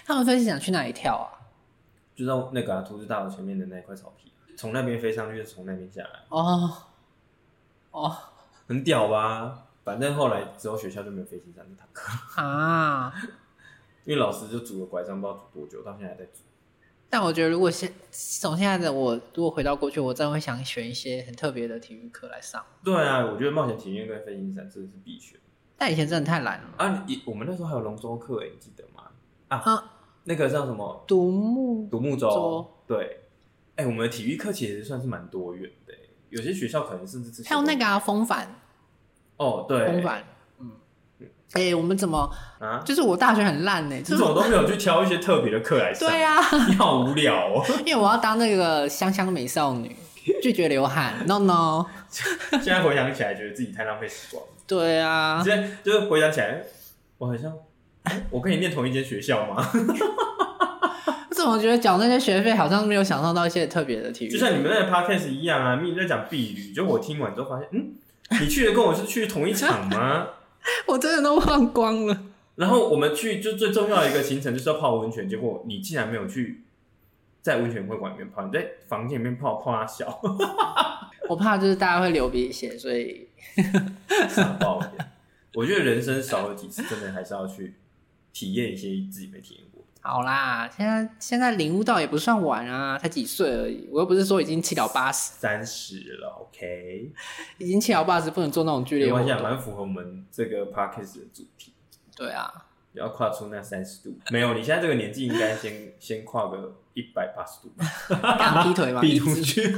他们分析想去哪里跳啊？
就到那个啊图纸大楼前面的那一块草皮，从那边飞上去，从那边下来，
哦，哦
很屌吧？反正后来之后学校就没有飞行伞这堂课，
啊！
因为老师就拄了拐杖，不知道拄多久，到现在还在拄。
但我觉得，如果现从现在的我，如果回到过去，我真的会想选一些很特别的体育课来上。
对啊，我觉得冒险体验跟飞行伞真的是必选。
但以前真的太懒了。
啊，你我们那时候还有龙舟课诶，欸你记得吗？啊，
啊
那个叫什么
独木
独木舟？
舟
对，哎、我们的体育课其实算是蛮多元的诶，欸有些学校可能甚至这些
还有那
都
个啊，风帆，
哦，
风
对
帆，嗯，哎、我们怎么
啊，
(laughs) 就是我大学很烂呢、
你
就
怎
是
么都没有去挑一些特别的课来上？
对啊， (laughs)
你好无聊哦！
因为我要当那个香香美少女，拒绝流汗
(laughs)
，no no，
现在回想起来，觉得自己太浪费时光了。
对啊，
现在就是回想起来，我好像 (laughs) 哎我跟你念同一间学校吗？ (laughs)
我怎么觉得缴那些学费好像没有享受到一些特别的体育？
就像你们那个 podcast 一样啊，你在讲避旅，就我听完之后发现，嗯， (laughs) 你去的跟我是去同一场吗？ (laughs)
我真的都忘光了。 (laughs)
然后我们去就最重要的一个行程就是要泡温泉，结果你竟然没有去在温泉会馆里面泡，你在房间里面泡泡啊小， (laughs)
我怕就是大家会流鼻血，所以
傻爆一点。我觉得人生少了几次，真的还是要去体验一些自己没体验过。
好啦，现在现在领悟到也不算晚啊，才几岁而已。我又不是说已经七老八十，
三十了，OK，
已经七老八十不能做那种剧
没
烈活
关系啊，
动。
蛮符合我们这个 podcast 的主题。
对啊，
要跨出那三十度，没有，你现在这个年纪应该
(laughs)
先先跨个一百八十度吧，
敢劈
(laughs)
腿吗？
避
一
出
直
去。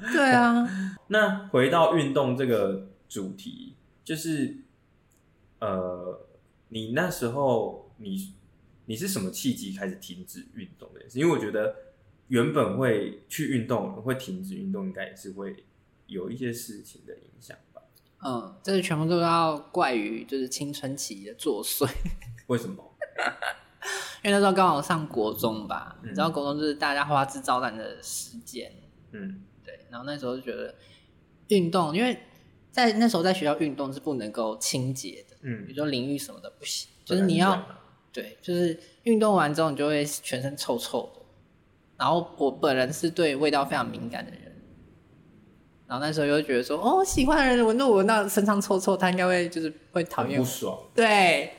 对啊，
那回到运动这个主题，就是呃，你那时候你你是什么契机开始停止运动的？因为我觉得原本会去运动的人，会停止运动，应该也是会有一些事情的影响吧？
嗯，这全部都要怪于就是青春期的作祟。
为什么？
因为那时候刚好上国中吧，
嗯
你知道国中就是大家花枝招展的时间，
嗯
对。然后那时候就觉得运动，因为在那时候在学校运动是不能够清洁的，比
嗯
如，说淋浴什么的不行，就是你要
对啊
对，就是运动完之后你就会全身臭臭的。然后我本人是对味道非常敏感的人，然后那时候又觉得说，哦，喜欢的人闻到我闻到身上臭臭，他应该会就是会讨
很
厌
不
我， (laughs)
爽，
对。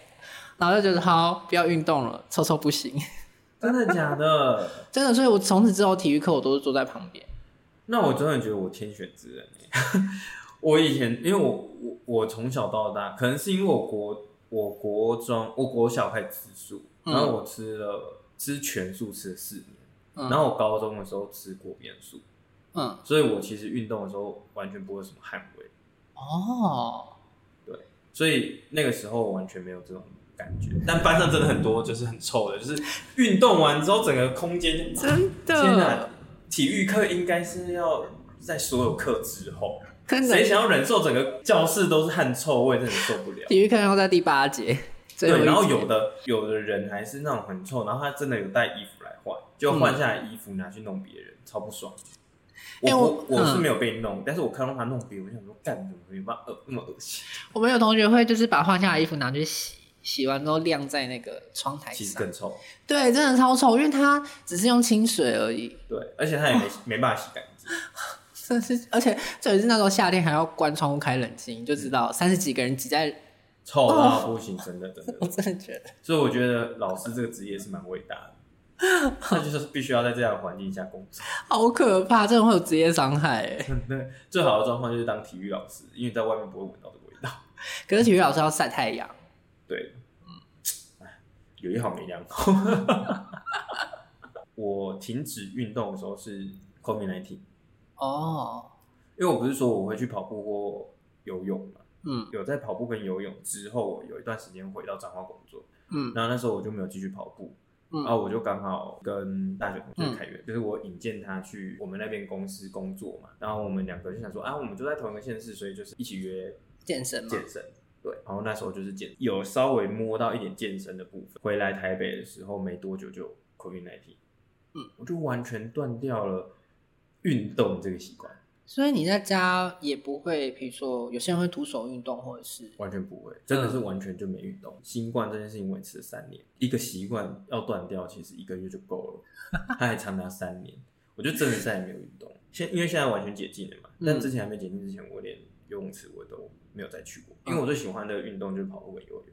然后就觉得好，不要运动了，臭臭不行。
真的假的？
真的，所以我从此之后体育课我都是坐在旁边。
那我真的觉得我天选之人欸、 (laughs) 我以前因为我我我从小到大，可能是因为我国我国中我国小开始吃素，
嗯
然后我吃了吃全素吃了四年，
嗯，
然后我高中的时候吃果面素，
嗯，
所以我其实运动的时候完全不会有什么汗味，
哦，
所以那个时候我完全没有这种感觉。但班上真的很多就是很臭的，就是运动完之后整个空间就
真
天哪，，体育课应该是要在所有课之后。
真
谁想要忍受整个教室都是汗臭味，真的受不
(laughs)
了。
体育课要在第八节，最一
对，
节
然后有的有的人还是那种很臭，然后他真的有带衣服来换，就换下来衣服拿去弄别人，超不爽。我
嗯哎
不、
我
我是
嗯
没有被弄，但是我看到他弄别人，我想说，干怎么会妈呃恶那么恶心？
我们有同学会就是把换下来的衣服拿去洗，洗完之后晾在那个窗台
其实
上。
更臭，
对，真的超臭，因为它只是用清水而已， (laughs)
对，而且他
哦
也没、没办法洗干净。
真的是，而且这也是那时候夏天还要关窗户开冷气，你就
嗯
知道三十几个人挤在， (laughs)
臭
哦
到不行，真的真的
我。真的觉得
所以我觉得老师这个职业是蛮伟大的，他就是必须要在这样的环境下工作。
好可怕，真的会有职业伤害欸。
对，最好的状况就是当体育老师，因为在外面不会闻到这个味道。
可是体育老师要晒太阳，
对，嗯唉有一好没两
(laughs)
好。我停止运动的时候是 COVID 1 9
哦，
因为我不是说我会去跑步或游泳嘛，
嗯
有在跑步跟游泳之后，我有一段时间回到彰化工作，
嗯
然后那时候我就没有继续跑步，
嗯
然后我就刚好跟大学同
嗯
学凯源，就是我引荐他去我们那边公司工作嘛，然后我们两个就想说啊，我们就在同一个县市，所以就是一起约
健身嘛，
健身。对，然后那时候就是健，有稍微摸到一点健身的部分。回来台北的时候没多久就 COVID 1 9
嗯，
我就完全断掉了运动这个习惯，
所以你在家也不会，比如说有些人会徒手运动，或者是
完全不会，真的是完全就没运动。新冠这件事情维持了三年，一个习惯要断掉，其实一个月就够了，它还长达三年，我就真的再也没有运动。现因为现在完全解禁了嘛，但
嗯
之前还没解禁之前，我连游泳池我都没有再去过，因为我最喜欢的运动就是跑步跟游泳。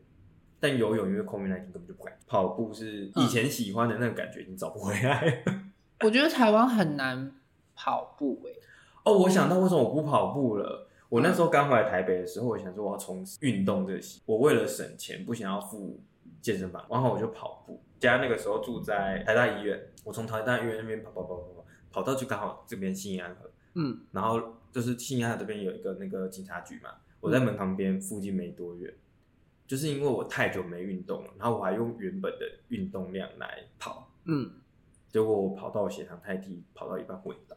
但游泳因为 COVID 1 9根本就不敢，跑步是以前喜欢的那个感觉已经找不回来了。
我觉得台湾很难跑步欸诶、
哦，我想到为什么我不跑步了。我那时候刚回来台北的时候，我想说我要重拾运动这个习，我为了省钱不想要付健身房，然后我就跑步。家那个时候住在台大医院，我从台大医院那边跑跑跑跑跑，跑到就刚好这边信义安和，
嗯
然后就是信义安和这边有一个那个警察局嘛，我在门旁边附近没多远，就是因为我太久没运动了，然后我还用原本的运动量来跑，
嗯，
结果我跑到血糖太低，跑到一半昏倒。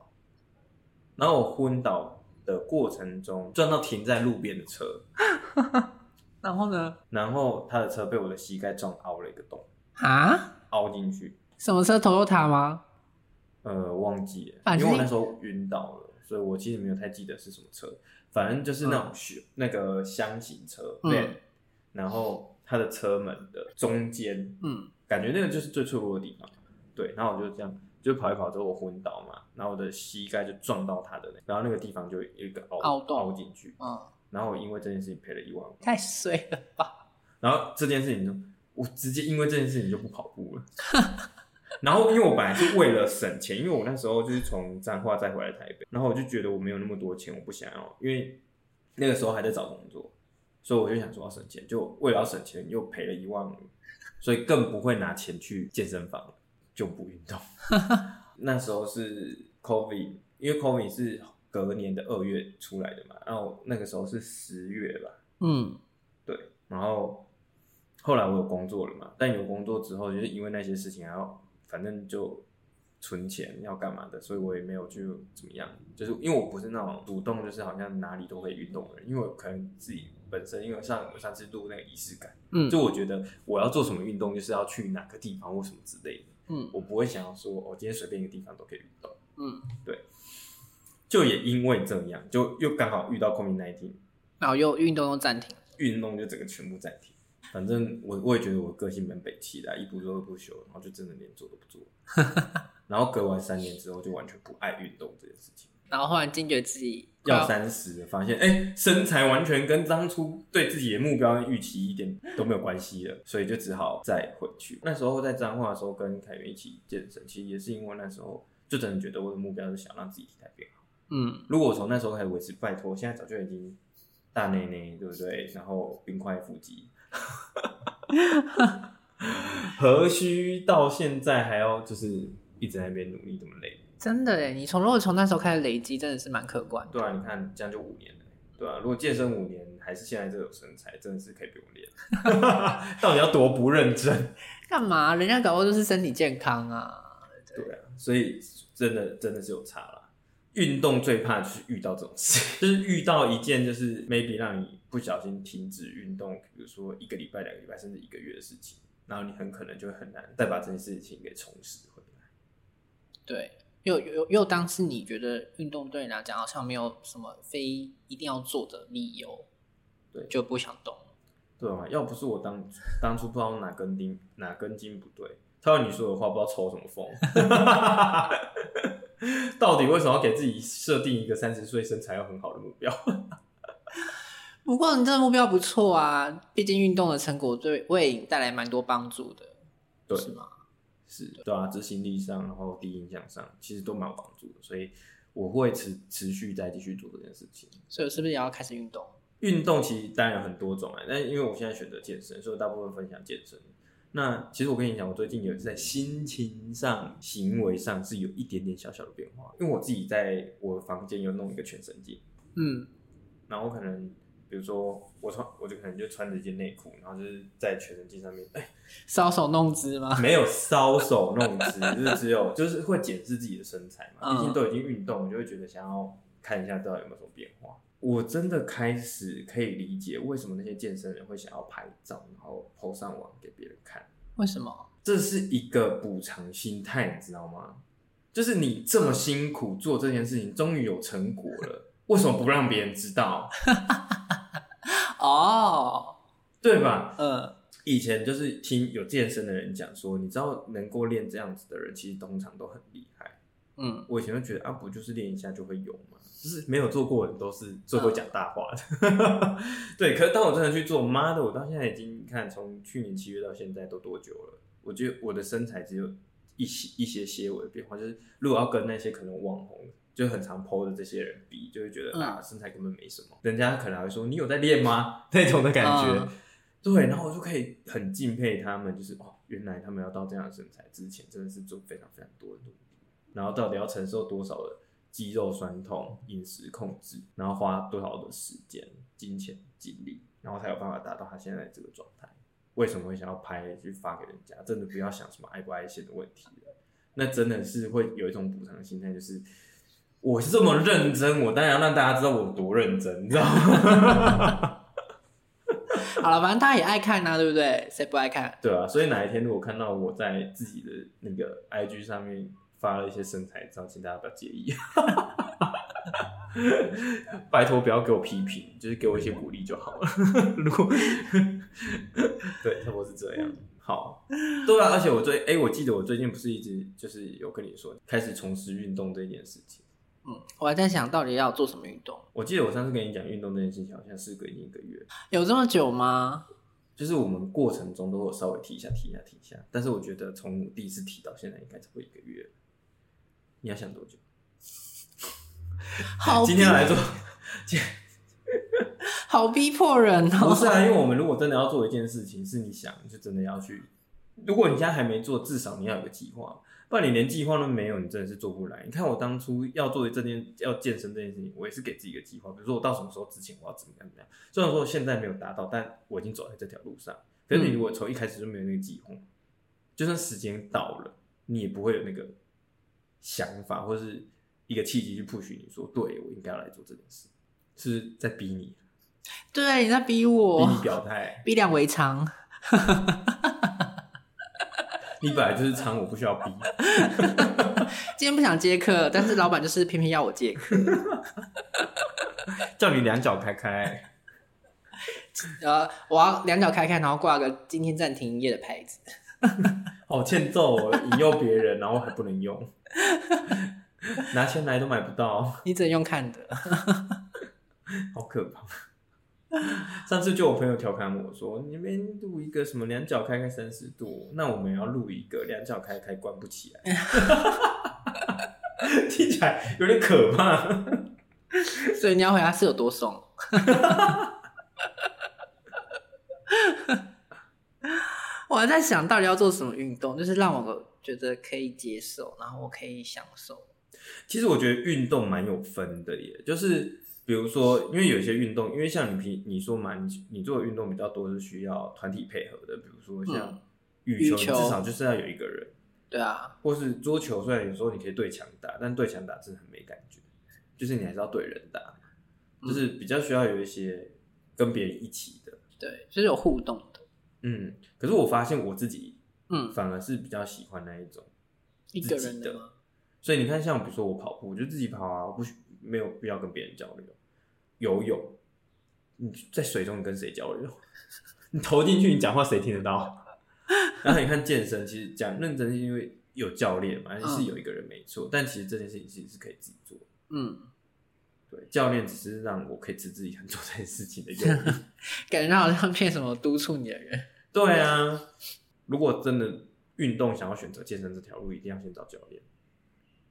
然后我昏倒的过程中撞到停在路边的车，
然后呢？
然后他的车被我的膝盖撞凹了一个洞，
啊？
凹进去，
什么车？Toyota 吗？
呃，忘记了，
反
因
正
为我那时候晕倒了，所以我其实没有太记得是什么车，反正就是那种雪、那个箱型车，
嗯
对，然后它的车门的中间，
嗯，
感觉那个就是最脆弱的地方，对，然后我就这样。就跑一跑之后，我昏倒嘛，然后我的膝盖就撞到他的那，然后那个地方就有一个凹
凹洞
凹进去，
嗯，
然后我因为这件事情赔了一万五，
(laughs) 太衰了吧？
然后这件事情就我直接因为这件事情就不跑步了。 (laughs) 然后因为我本来是为了省钱，因为我那时候就是从彰化再回来台北，然后我就觉得我没有那么多钱，我不想要，因为那个时候还在找工作，所以我就想说要省钱，就为了要省钱又赔了一万五，所以更不会拿钱去健身房，就不运动。 (laughs) 那时候是 COVID，因为 COVID 是隔年的二月出来的嘛，然后那个时候是十月吧，
嗯，
对，然后后来我有工作了嘛，但有工作之后，就是因为那些事情，还要反正就存钱要干嘛的，所以我也没有去怎么样，就是因为我不是那种主动，就是好像哪里都会运动的人，因为我可能自己本身，因为像我上次录那个仪式感，
嗯
就我觉得我要做什么运动，就是要去哪个地方或什么之类的，
嗯
我不会想要说，我、今天随便一个地方都可以运动。
嗯，
对。就也因为这样，就又刚好遇到 COVID 1 9
然后又运动又暂停。
运动就整个全部暂停。反正我我也觉得我个性蛮北气的啊、一不做二不休，然后就真的连做都不做。然后隔完三年之后，就完全不爱运动这件事情。
然后忽然惊觉自己快
要三十了，发现哎、身材完全跟当初对自己的目标跟预期一点都没有关系了，所以就只好再回去。那时候在彰化的时候，跟凯源一起健身，其实也是因为那时候就真的觉得我的目标是想让自己体态变好。
嗯
如果我从那时候开始维持，拜托，现在早就已经大内内，对不对？然后冰块腹肌， (laughs) 何须到现在还要就是一直在那边努力这么累？，
真的哎，你从如果从那时候开始累积，真的是蛮可观的。
对啊，你看这样就五年了，对啊，如果健身五年还是现在这种身材，真的是可以不用练。 (laughs) 到底要多不认真？
干嘛？人家搞不好就是身体健康啊。
对啊，所以真的真的是有差啦。运动最怕就是遇到这种事，就是遇到一件就是 maybe 让你不小心停止运动，比如说一个礼拜、两个礼拜，甚至一个月的事情，然后你很可能就会很难再把这件事情给重拾回来。
对，又又又当是你觉得运动对你来讲好像没有什么非一定要做的理由，
对
就不想动。
对啊，要不是我当当初不知道哪根筋哪根筋不对，套用你说的话，不知道抽什么风。到底为什么要给自己设定一个三十岁身材要很好的目标？
不过你这个目标不错啊，毕竟运动的成果对为你带来蛮多帮助的，
对
是吗？
是对啊，执行力上，然后第一印象上，其实都蛮有帮助的，所以我会持持续再继续做这件事情。
所以我是不是也要开始运动？
运动其实当然有很多种啊，但因为我现在选择健身，所以我大部分分享健身。那其实我跟你讲，我最近有在心情上、行为上是有一点点小小的变化，因为我自己在我房间有弄一个全身镜，
嗯
然后我可能比如说我穿，我就可能就穿着一件内裤，然后就是在全身镜上面，哎、
搔首弄姿吗？ (laughs)
(laughs) 没有搔首弄姿，就是只有就是会检视自己的身材嘛。
嗯
毕竟都已经运动，我就会觉得想要看一下到底有没有什么变化。我真的开始可以理解为什么那些健身人会想要拍照，然后 PO 上网给别人看，
为什么？
这是一个补偿心态，你知道吗？就是你这么辛苦做这件事情，终于有成果了，为什么不让别人知道？
哦，
对吧？
嗯
以前就是听有健身的人讲说，你知道能够练这样子的人，其实通常都很厉害。
嗯，
我以前就觉得啊，不就是练一下就会有嘛，就是没有做过的人都是最
嗯
会讲大话的。 (laughs) 对，可是当我真的去做，妈的，我到现在已经你看从去年七月到现在都多久了？我觉得我的身材只有一些一些些微的变化，就是如果要跟那些可能网红就很常 PO 的这些人比，就会觉得、
嗯
啊，身材根本没什么，人家可能还会说你有在练吗那种的感觉。
嗯
对，然后我就可以很敬佩他们，就是哦，原来他们要到这样的身材之前，真的是做非常非常多的努力。然后到底要承受多少的肌肉酸痛、饮食控制，然后花多少的时间、金钱、精力，然后才有办法达到他现在这个状态。为什么会想要拍去发给人家？真的不要想什么爱不爱线的问题了，那真的是会有一种补偿心态，就是我是这么认真，我当然要让大家知道我有多认真，你知道吗？
好了，反正大家也爱看呐、啊对不对？谁不爱看？
对啊，所以哪一天如果看到我在自己的那个 IG 上面发了一些身材照，请大家不要介意， (laughs) 拜托不要给我批评，就是给我一些鼓励就好了。 (laughs) 如果对，差不多是这样。 (laughs) 好，对啊，而且我最哎、我记得我最近不是一直就是有跟你说开始从事运动这件事情。
嗯，我还在想到底要做什么运动，
我记得我上次跟你讲运动这件事情，好像是隔一个月，
有这么久吗？
就是我们过程中都有稍微提一下、提一下、提一下，但是我觉得从我第一次提到现在，应该差不多一个月了。你要想多久？
好逼，
哎今天来做？
好逼迫人哦。
不是
(laughs)
啊，因为我们如果真的要做一件事情，是你想你就真的要去。如果你现在还没做，至少你要有个计划，不然你连计划都没有，你真的是做不来。你看我当初要做这件要健身这件事情，我也是给自己一个计划，比如说我到什么时候之前我要怎么样怎么样。虽然说现在没有达到，但我已经走在这条路上。可是你如果从一开始就没有那个计划，就算时间到了，你也不会有那个想法或是一个契机去 push 你说，对我应该要来做这件事，是不是在逼你，
对，你在逼
逼
我，
你表态。
逼良为娼。
你本来就是长，我不需要逼。
今天不想接客，但是老板就是偏偏要我接客。
叫你两脚开开，
呃，我要两脚开开，然后挂个今天暂停营业的牌子。
好欠揍哦！引诱别人，然后还不能用，拿钱来都买不到，
你只能用看的。 (laughs)
好可怕。上次就有朋友调侃我说：“你们录一个什么两脚开开三十度，那我们要录一个两脚开开关不起来。” (laughs) 听起来有点可怕。
所以你要回答是有多松？ (laughs) 我还在想到底要做什么运动，就是让我觉得可以接受，然后我可以享受。
其实我觉得运动蛮有分的耶，就是比如说，因为有些运动，因为像你平你说嘛，你你做的运动比较多是需要团体配合的，比如说像
嗯
羽球，
羽球
你至少就是要有一个人，
对啊，
或是桌球，虽然有时候你可以对墙打，但对墙打真的很没感觉，就是你还是要对人打，
嗯
就是比较需要有一些跟别人一起的。
对，就是有互动的。
嗯，可是我发现我自己
嗯，
反而是比较喜欢那一种，
一个人
自
的
己
吗？
所以你看，像比如说我跑步，我就自己跑啊，我不需没有必要跟别人交流。游泳，你在水中你跟谁交流？ (laughs) 你投进去，你讲话谁听得到？ (laughs) 然后你看健身，其实讲认真是因为有教练嘛，
嗯
是有一个人没错，但其实这件事情其实是可以自己做。
嗯，
对，教练只是让我可以持之以恒做这件事情的诱因。 (laughs)
感觉他好像骗什么督促你的人。
对啊，如果真的运动想要选择健身这条路，一定要先找教练。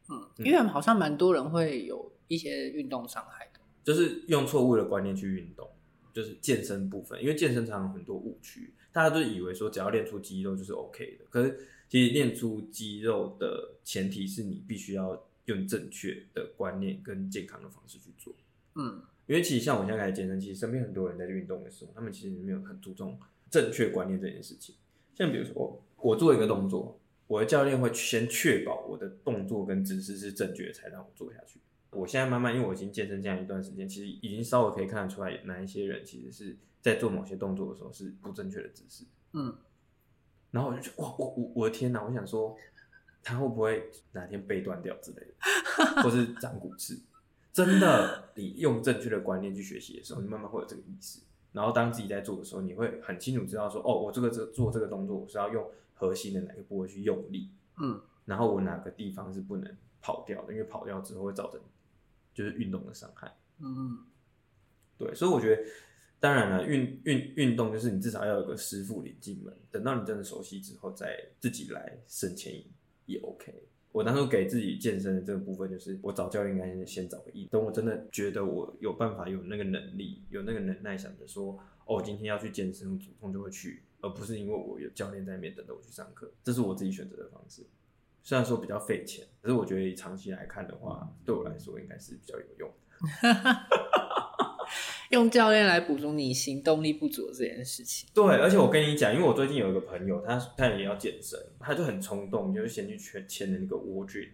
嗯，
嗯
因为好像蛮多人会有一些运动伤害的。
就是用错误的观念去运动，就是健身部分，因为健身常常有很多误区，大家都以为说只要练出肌肉就是 OK 的，可是其实练出肌肉的前提是你必须要用正确的观念跟健康的方式去做。
嗯
因为其实像我现在开始健身，其实身边很多人在运动的时候，他们其实没有很注重正确观念这件事情。像比如说，我做一个动作，我的教练会先确保我的动作跟姿势是正确的，才让我做下去。我现在慢慢，因为我已经健身这样一段时间，其实已经稍微可以看得出来，哪一些人其实是在做某些动作的时候是不正确的姿势。
嗯，
然后我就觉得，哇，我我我的天哪！我想说，他会不会哪天背断掉之类的，或是长骨刺？真的，你用正确的观念去学习的时候，你慢慢会有这个意识。然后当自己在做的时候，你会很清楚知道说，哦，我这个这做这个动作，我是要用核心的哪个部位去用力，
嗯，
然后我哪个地方是不能跑掉的，因为跑掉之后会造成就是运动的伤害。
嗯
对，所以我觉得，当然了，运运运动就是你至少要有个师傅领进门，等到你真的熟悉之后，再自己来省钱也 OK。我当初给自己健身的这个部分，就是我找教练应该先找个一，等我真的觉得我有办法、有那个能力、有那个能耐，想着说，哦，我今天要去健身，我主动就会去，而不是因为我有教练在那边等着我去上课，这是我自己选择的方式。虽然说比较费钱，可是我觉得长期来看的话，对我来说应该是比较有用的。
用教练来补足你行动力不足的这件事情。
对，而且我跟你讲，因为我最近有一个朋友，他他也要健身，他就很冲动，就是先去签签的那个 w o r d r e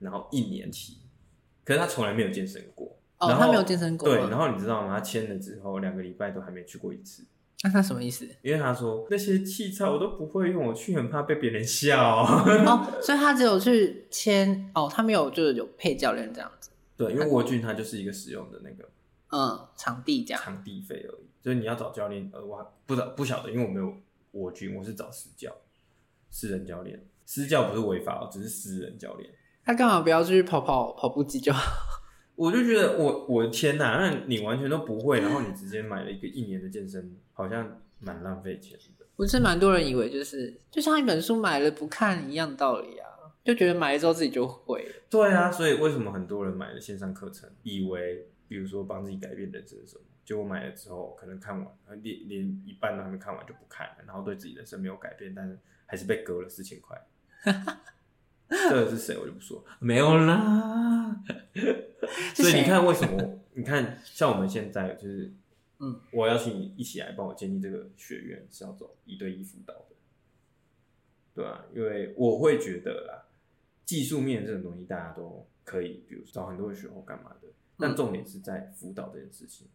然后一年期，可是他从来没有健身过。
哦，
然后
他没有健身过吗。
对，然后你知道吗？他签了之后两个礼拜都还没去过一次，
那 (laughs) 他什么意思？
因为他说那些器材我都不会用，我去很怕被别人笑。 (laughs)
哦，所以他只有去签哦，他没有就是有配教练这样子，
对，因为沃俊他就是一个使用的那个
嗯，场地这样，
场地费而已，就是你要找教练，呃，我不知道不晓得，因为我没有沃俊，我是找私教，私人教练，私教不是违法哦，只是私人教练。
他干嘛不要去跑跑跑步机就好？ (laughs)
我就觉得我我的天哪，那你完全都不会，然后你直接买了一个一年的健身，好像蛮浪费钱的。
我是蛮多人以为就是就像一本书买了不看一样道理啊，就觉得买了之后自己就会了。
对啊，所以为什么很多人买了线上课程，以为比如说帮自己改变人生什么，结果买了之后可能看完，呃连连一半都还没看完就不看了，然后对自己人生没有改变，但是还是被割了四千块。这个是谁我就不说，没有啦。所以你看为什么？ (laughs) 你看像我们现在就是，
嗯，
我邀请你一起来帮我建立这个学院是要走一对一辅导的，对啊，因为我会觉得啦，技术面这种东西大家都可以，比如说找很多的学后干嘛的，但重点是在辅导这件事情，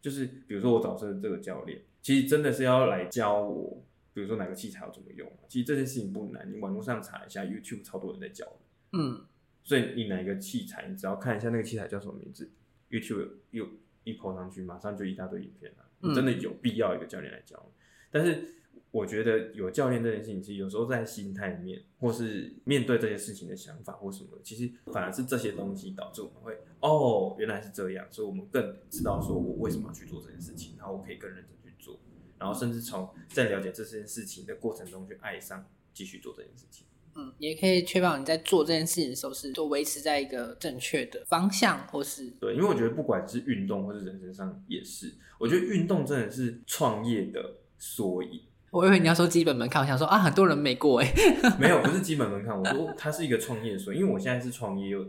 就是比如说我找这这个教练，其实真的是要来教我。比如说哪个器材要怎么用，其实这件事情不难，你网络上查一下，YouTube 超多人在教的。
嗯，
所以你哪一个器材，你只要看一下那个器材叫什么名字，YouTube 又一 p 上去，马上就一大堆影片了。
嗯
真的有必要一个教练来教你。但是我觉得有教练这件事情，其实有时候在心态面，或是面对这些事情的想法或什么的，其实反而是这些东西导致我们会哦，原来是这样，所以我们更知道说我为什么要去做这件事情，然后我可以更认真去做，然后甚至从在了解这件事情的过程中去爱上继续做这件事情。
嗯，也可以确保你在做这件事情的时候是就维持在一个正确的方向，或是
对，因为我觉得不管是运动或是人生上也是，我觉得运动真的是创业的缩影。
我以为你要说基本门槛，我想说啊，很多人没过哎、
没有，不是基本门槛，我说它是一个创业的缩影，因为我现在是创业又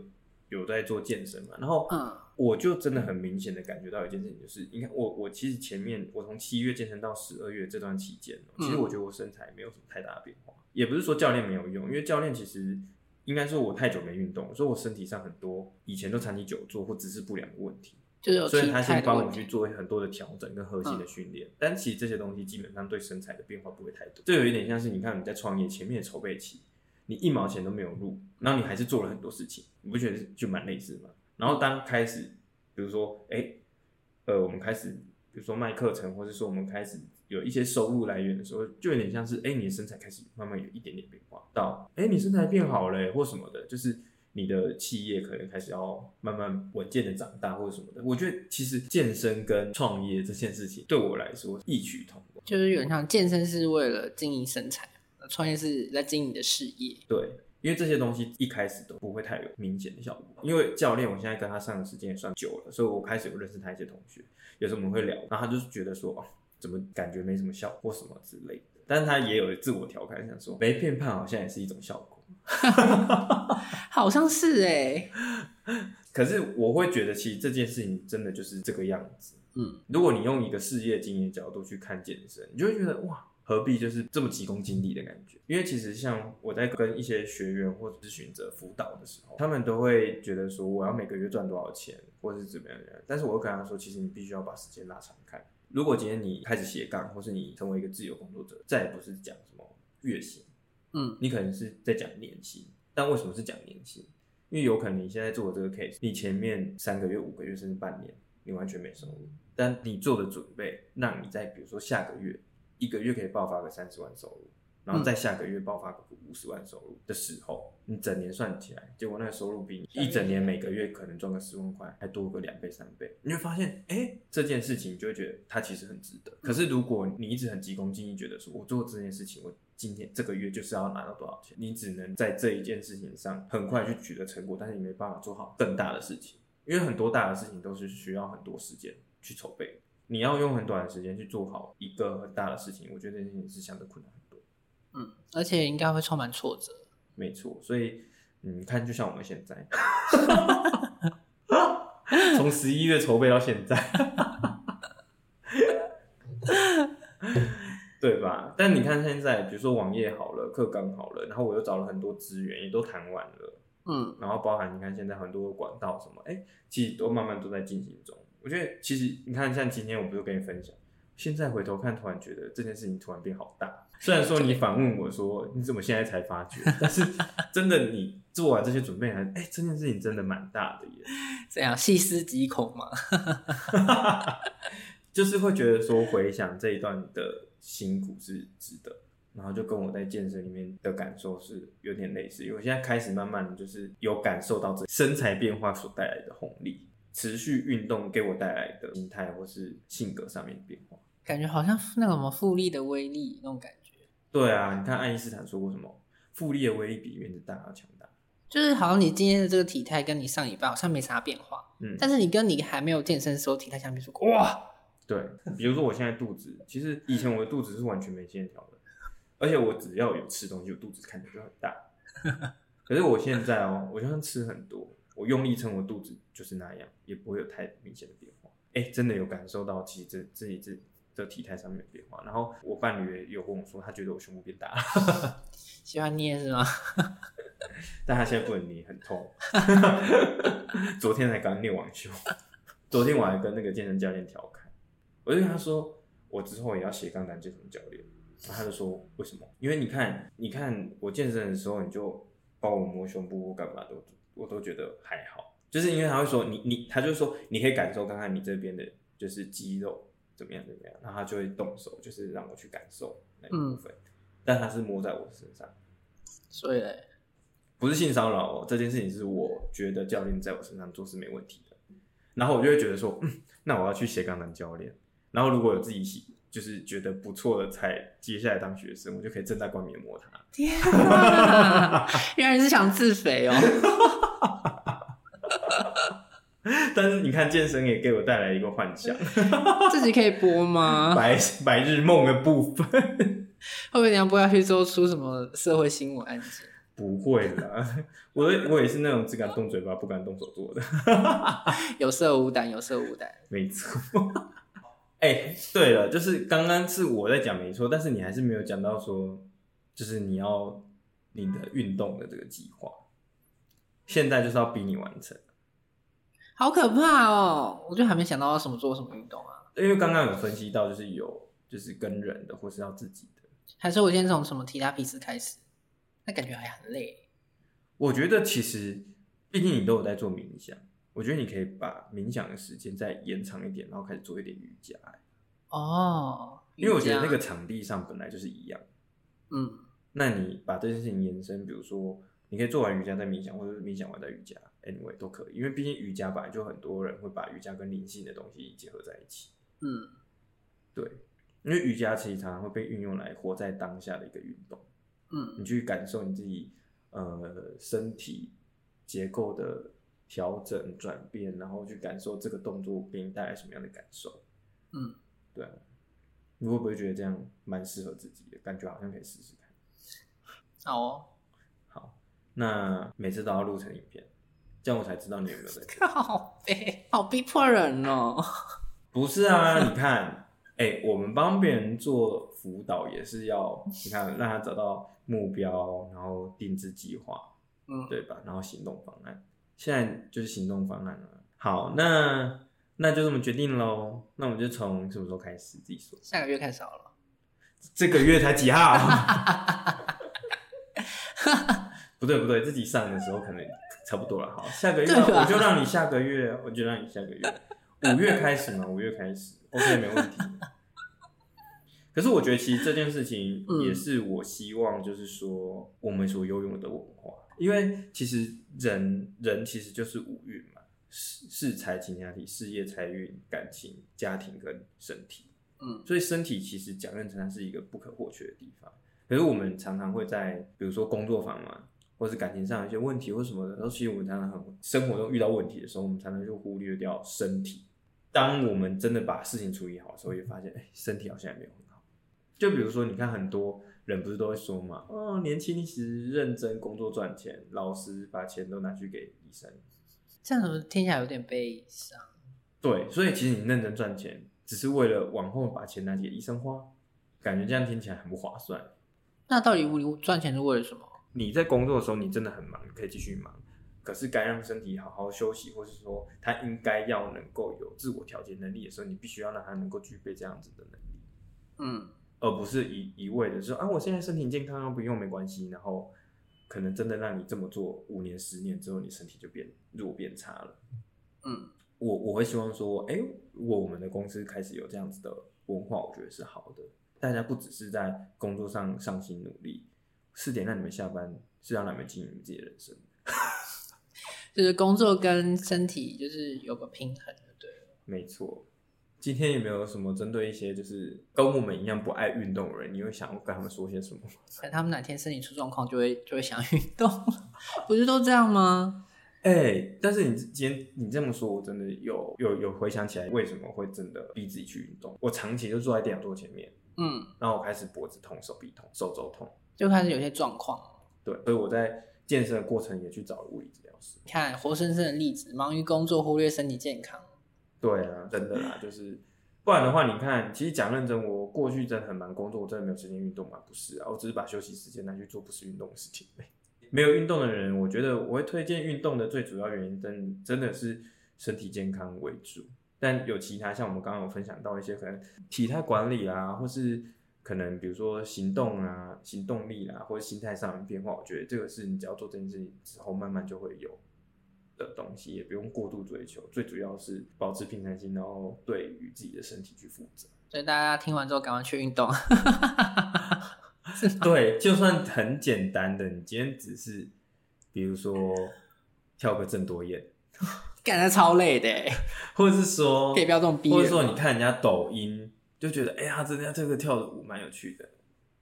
有在做健身嘛，然后
嗯
我就真的很明显的感觉到一件事情，就是你看我我其实前面我从七月健身到十二月这段期间哦，
嗯
其实我觉得我身材没有什么太大的变化，也不是说教练没有用，因为教练其实应该说我太久没运动了，所以我身体上很多以前都长期久坐或姿势不良的问题。
就是有
所以
体
他
态
先
的
帮
问
我去
题。嗯
做很多的调整跟核心的训练，但其实这些东西基本上对身材的变化不会太多。这有一点像是你看你在创业前面的筹备期，你一毛钱都没有入，然后你还是做了很多事情，你不觉得就蛮类似吗？然后当开始，比如说，哎、呃，我们开始，比如说卖课程，或者说我们开始有一些收入来源的时候，就有点像是，哎、你的身材开始慢慢有一点点变化，到，哎、你身材变好了、欸或什么的，就是你的企业可能开始要慢慢稳健的长大，或者什么的。我觉得其实健身跟创业这件事情对我来说异曲同工，
就是有点像健身是为了经营身材，创业是在经营你的事业。
对。因为这些东西一开始都不会太有明显的效果，因为教练我现在跟他上的时间也算久了，所以我开始有认识他一些同学，有时候我们会聊，然后他就是觉得说，哦，怎么感觉没什么效果或什么之类的。但是他也有自我调侃，想说没变胖好像也是一种效果。
哦好像是哎、
可是我会觉得，其实这件事情真的就是这个样子。
嗯，
如果你用一个事业经营角度去看健身，你就会觉得哇，何必就是这么急功近利的感觉？因为其实像我在跟一些学员或咨询者辅导的时候，他们都会觉得说我要每个月赚多少钱，或是怎么样怎么样。但是我会跟他说，其实你必须要把时间拉长看。如果今天你开始斜杠，或是你成为一个自由工作者，再也不是讲什么月薪，
嗯，
你可能是在讲年薪。但为什么是讲年薪？因为有可能你现在做的这个 case，你前面三个月、五个月甚至半年，你完全没收入，但你做的准备，让你在比如说下个月一个月可以爆发个三十万收入，然后再下个月爆发个五十万收入的时候，你整年算起来，结果那个收入比你一整年每个月可能赚个十万块还多个两倍三倍，你就发现，哎、这件事情你就会觉得它其实很值得。可是如果你一直很急功近利，觉得说我做这件事情，我今天这个月就是要拿到多少钱，你只能在这一件事情上很快去取得成果，但是你没办法做好更大的事情，因为很多大的事情都是需要很多时间去筹备。你要用很短的时间去做好一个很大的事情，我觉得这件事情是相对困难很多。
嗯，而且应该会充满挫折。
没错，所以你看，就像我们现在，从十一月筹备到现在，对吧？但你看现在，比如说网页好了，课纲好了，然后我又找了很多资源，也都谈完了，
嗯，
然后包含你看现在很多管道什么，哎、其实都慢慢都在进行中。我觉得其实你看，像今天我不是跟你分享，现在回头看，突然觉得这件事情突然变好大。虽然说你反问我说你怎么现在才发觉，但是真的你做完这些准备还，哎、这件事情真的蛮大的耶。
这样细思极恐嘛。
就是会觉得说回想这一段的辛苦是值得，然后就跟我在健身里面的感受是有点类似，因为我现在开始慢慢地就是有感受到这身材变化所带来的红利，持续运动给我带来的心态或是性格上面的变化。
感觉好像那个什么复利的威力那种感觉，
对啊，你看爱因斯坦说过什么？复利的威力比原子弹要强大。
就是好像你今天的这个体态跟你上礼拜好像没啥变化，
嗯，
但是你跟你还没有健身的时候体态相比说，哇，
对，比如说我现在肚子，其实以前我的肚子是完全没线条的，而且我只要有吃东西，我肚子看起来就很大。可是我现在哦，我就算吃很多，我用力撑我肚子就是那样，也不会有太明显的变化。哎，真的有感受到，其实这自己这这体态上面的变化。然后我伴侣也有跟我说，他觉得我胸部变大，
喜欢捏是吗？ (laughs)
但他现在不能捏，很痛。 (laughs) 昨天才刚练完胸，昨天我还跟那个健身教练调侃，我就跟他说，我之后也要斜杠当健身教练。然后他就说，为什么？因为你看，你看我健身的时候，你就帮我摸胸部或干嘛的，我都我都觉得还好。就是因为他会说，你你，他就说你可以感受看看你这边的，就是肌肉怎么样怎么样，然后他就会动手，就是让我去感受那一部分。但他是摸在我身上。
所以嘞，
不是性骚扰哦，这件事情是我觉得教练在我身上做是没问题的，然后我就会觉得说，嗯，那我要去斜杠当教练，然后如果有自己喜就是觉得不错的才接下来当学生，我就可以正大光明地摸他。
天啊， (laughs) 原来是想自肥哦。
但是你看健身也给我带来一个幻想，
自己可以播吗？
白白日梦的部分。 (laughs)
会不会你要播下去之后出什么社会新闻案件？
不会啦， (laughs) 我我也是那种只敢动嘴巴不敢动手做的。
有色无胆，有色无胆。
没错。 (laughs) 哎、对了，就是刚刚是我在讲没错，但是你还是没有讲到说，就是你要你的运动的这个计划，现在就是要逼你完成。啊
好可怕哦！我就还没想到要什么做什么运动啊，
因为刚刚有分析到，就是有就是跟人的，或是要自己的。
还是我先从什么提拉皮斯开始？那感觉还很累。
我觉得其实，毕竟你都有在做冥想，我觉得你可以把冥想的时间再延长一点，然后开始做一点瑜伽、
哦，
因为我觉得那个
瑜伽，
场地上本来就是一样。
嗯，
那你把这件事情延伸，比如说你可以做完瑜伽再冥想，或者是冥想完再瑜伽，anyway 都可以，因为毕竟瑜伽本来就很多人会把瑜伽跟灵性的东西结合在一起。
嗯，
对，因为瑜伽其实常常会被运用来活在当下的一个运动，
嗯，
你去感受你自己呃身体结构的调整转变，然后去感受这个动作给你带来什么样的感受。
嗯，
对啊，你会不会觉得这样蛮适合自己的？感觉好像可以试试看。
好哦。 (laughs)
好，那每次都要录成影片，这样我才知道你有没有在听。
靠背，好逼迫人哦！
不是啊，你看，哎、我们帮别人做辅导也是要，你看让他找到目标，然后定制计划，
嗯，
对吧？然后行动方案，现在就是行动方案了。好，那那就这么决定喽。那我们就从什么时候开始自己说？
下个月开始好了。
这个月才几
(laughs)
号？不对不对，自己上的时候可能差不多了。好，下个月
对吧
我就让你下个月，我就让你下个月五月开始嘛，五月开始，OK，没
(laughs)
问题。可是我觉得其实这件事情
嗯
也是我希望，就是说我们所拥有的文化，因为其实人人其实就是五运嘛，是是财、情、家体、事业、财运、感情、家庭跟身体。
嗯
所以身体其实讲认真，它是一个不可或缺的地方。可是我们常常会在，比如说工作坊嘛，或是感情上有一些问题或什么的，然后其实我们常常很生活中遇到问题的时候，我们常常就忽略掉身体。当我们真的把事情处理好的时候，也发现，哎、身体好像也没有很好。就比如说，你看很多人不是都会说嘛，哦，年轻时认真工作赚钱，老实把钱都拿去给医生。
这样怎么听起来有点悲伤？
对，所以其实你认真赚钱，只是为了往后把钱拿去给医生花，感觉这样听起来很不划算。
那到底我赚钱是为了什么？
你在工作的时候，你真的很忙，你可以继续忙。可是该让身体好好休息，或是说他应该要能够有自我调节能力的时候，你必须要让他能够具备这样子的能力，
嗯，
而不是一一味的说啊，我现在身体健康啊，不用没关系，然后可能真的让你这么做五年、十年之后，你身体就变弱变差了。
嗯，
我我会希望说，哎、我们的公司开始有这样子的文化，我觉得是好的。大家不只是在工作上上心努力，四点让你们下班是要让你们经营你们自己的人生。
就是工作跟身体就是有个平衡，对不对？
没错。今天有没有什么针对一些就是跟我们一样不爱运动的人，你会想要跟他们说些什么？
可能他们哪天身体出状况，就会就会想运动，不是都这样吗？
哎、但是你今天你这么说，我真的有有有回想起来，为什么会真的逼自己去运动？我长期就坐在电脑桌前面，
嗯，
然后我开始脖子痛、手臂痛、手肘痛，
就开始有些状况。
对，所以我在健身的过程也去找了物理治疗师。
你看，活生生的例子，忙于工作忽略身体健康，
对啊，真的啦，就是不然的话，你看，其实讲认真，我过去真的很忙工作，我真的没有时间运动嘛？不是啊，我只是把休息时间拿去做不是运动的事情。没有运动的人，我觉得我会推荐运动的最主要原因，真真的是身体健康为主。但有其他像我们刚刚有分享到一些可能体态管理啊，或是可能比如说行动啊、行动力啊，或者心态上的变化，我觉得这个是你只要做这件事情之后，慢慢就会有的东西，也不用过度追求。最主要是保持平常心，然后对于自己的身体去负责。
所以大家听完之后赶快去运动。 (laughs)
对，就算很简单的，你今天只是比如说跳个郑多燕，
干他超累的欸，
或者是说
可以不要这么逼人吗。
或者说你看人家抖音，就觉得哎呀，这家这个跳的舞蛮有趣的，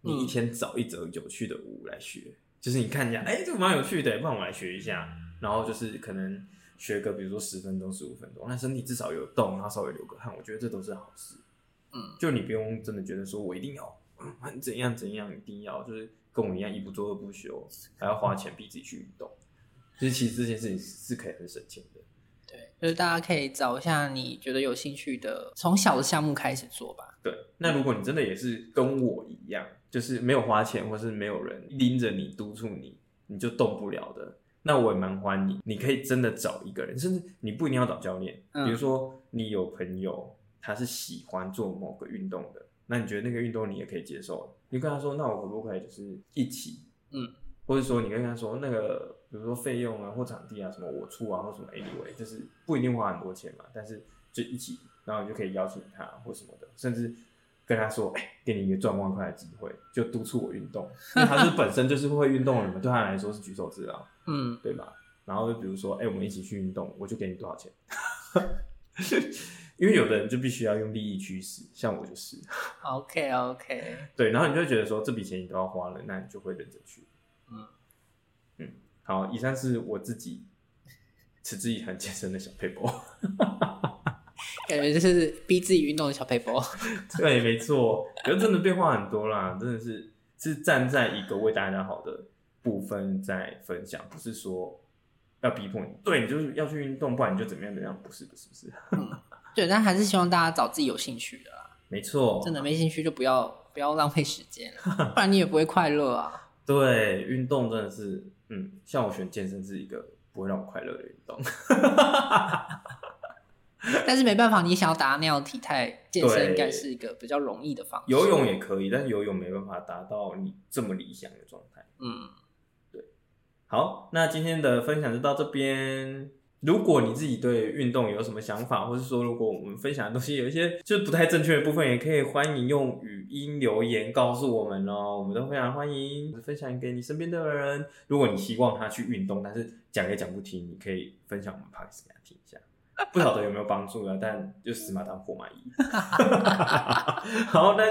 你一天找一则有趣的舞来学，就是你看人家哎、这个蛮有趣的，帮我来学一下，然后就是可能学个比如说十分钟、十五分钟，那身体至少有动，然后稍微流个汗，我觉得这都是好事。
嗯，
就你不用真的觉得说我一定要嗯怎样怎样，一定要就是跟我一样一不做二不休，还要花钱逼自己去运动，就是其实这件事情是可以很省钱的。
对，就是大家可以找一下你觉得有兴趣的，从小的项目开始做吧。
对，那如果你真的也是跟我一样，就是没有花钱，或是没有人拎着你、督促你，你就动不了的，那我也蛮欢迎。你可以真的找一个人，甚至你不一定要找教练，
嗯
比如说你有朋友他是喜欢做某个运动的，那你觉得那个运动你也可以接受，你就跟他说，那我可不可以就是一起，
嗯，
或者说你跟他说那个，比如说费用啊或场地啊什么我出啊或什么 anyway，就是不一定花很多钱嘛，但是就一起，然后你就可以邀请他或什么的，甚至。跟他说，哎、给你一个赚万块的机会，就督促我运动， (laughs) 因为他是本身就是会运动的人嘛，对他来说是举手之劳。
嗯，
对吧？然后就比如说，哎、我们一起去运动，我就给你多少钱？ (laughs) 因为有的人就必须要用利益驱使，像我就是，
OK OK，
对，然后你就会觉得说这笔钱你都要花了，那你就会认真去。
嗯
嗯，好，以上是我自己持之以恒健身的小 paper。
感觉就是逼自己运动的小 paper。
(laughs) 对，没错，可是真的变化很多啦，真的是是站在一个为大家好的部分在分享，不是说要逼迫你，对你就是要去运动，不然你就怎么样怎么样，不是不是不是，
嗯，对，但还是希望大家找自己有兴趣的啦。啊
没错，
真的没兴趣就不要不要浪费时间，啊
(laughs)
不然你也不会快乐啊。
对，运动真的是，嗯，像我选健身是一个不会让我快乐的运动。 (laughs)
但是没办法，你想要达到那样的体态，健身
对
应该是一个比较容易的方式。
游泳也可以，但是游泳没办法达到你这么理想的状态。
嗯，
好，那今天的分享就到这边。如果你自己对运动有什么想法，或是说如果我们分享的东西有一些就是不太正确的部分，也可以欢迎用语音留言告诉我们哦，我们都非常欢迎分享给你身边的人。如果你希望他去运动，但是讲也讲不听，你可以分享我们 p o d c a s 给他听一下，不晓得有没有帮助呢？啊但就死马当活马医。好，那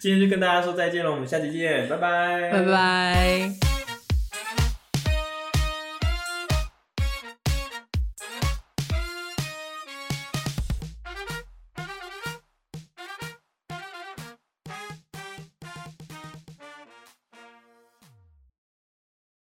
今天就跟大家说再见了，我们下期见，拜拜，
拜拜。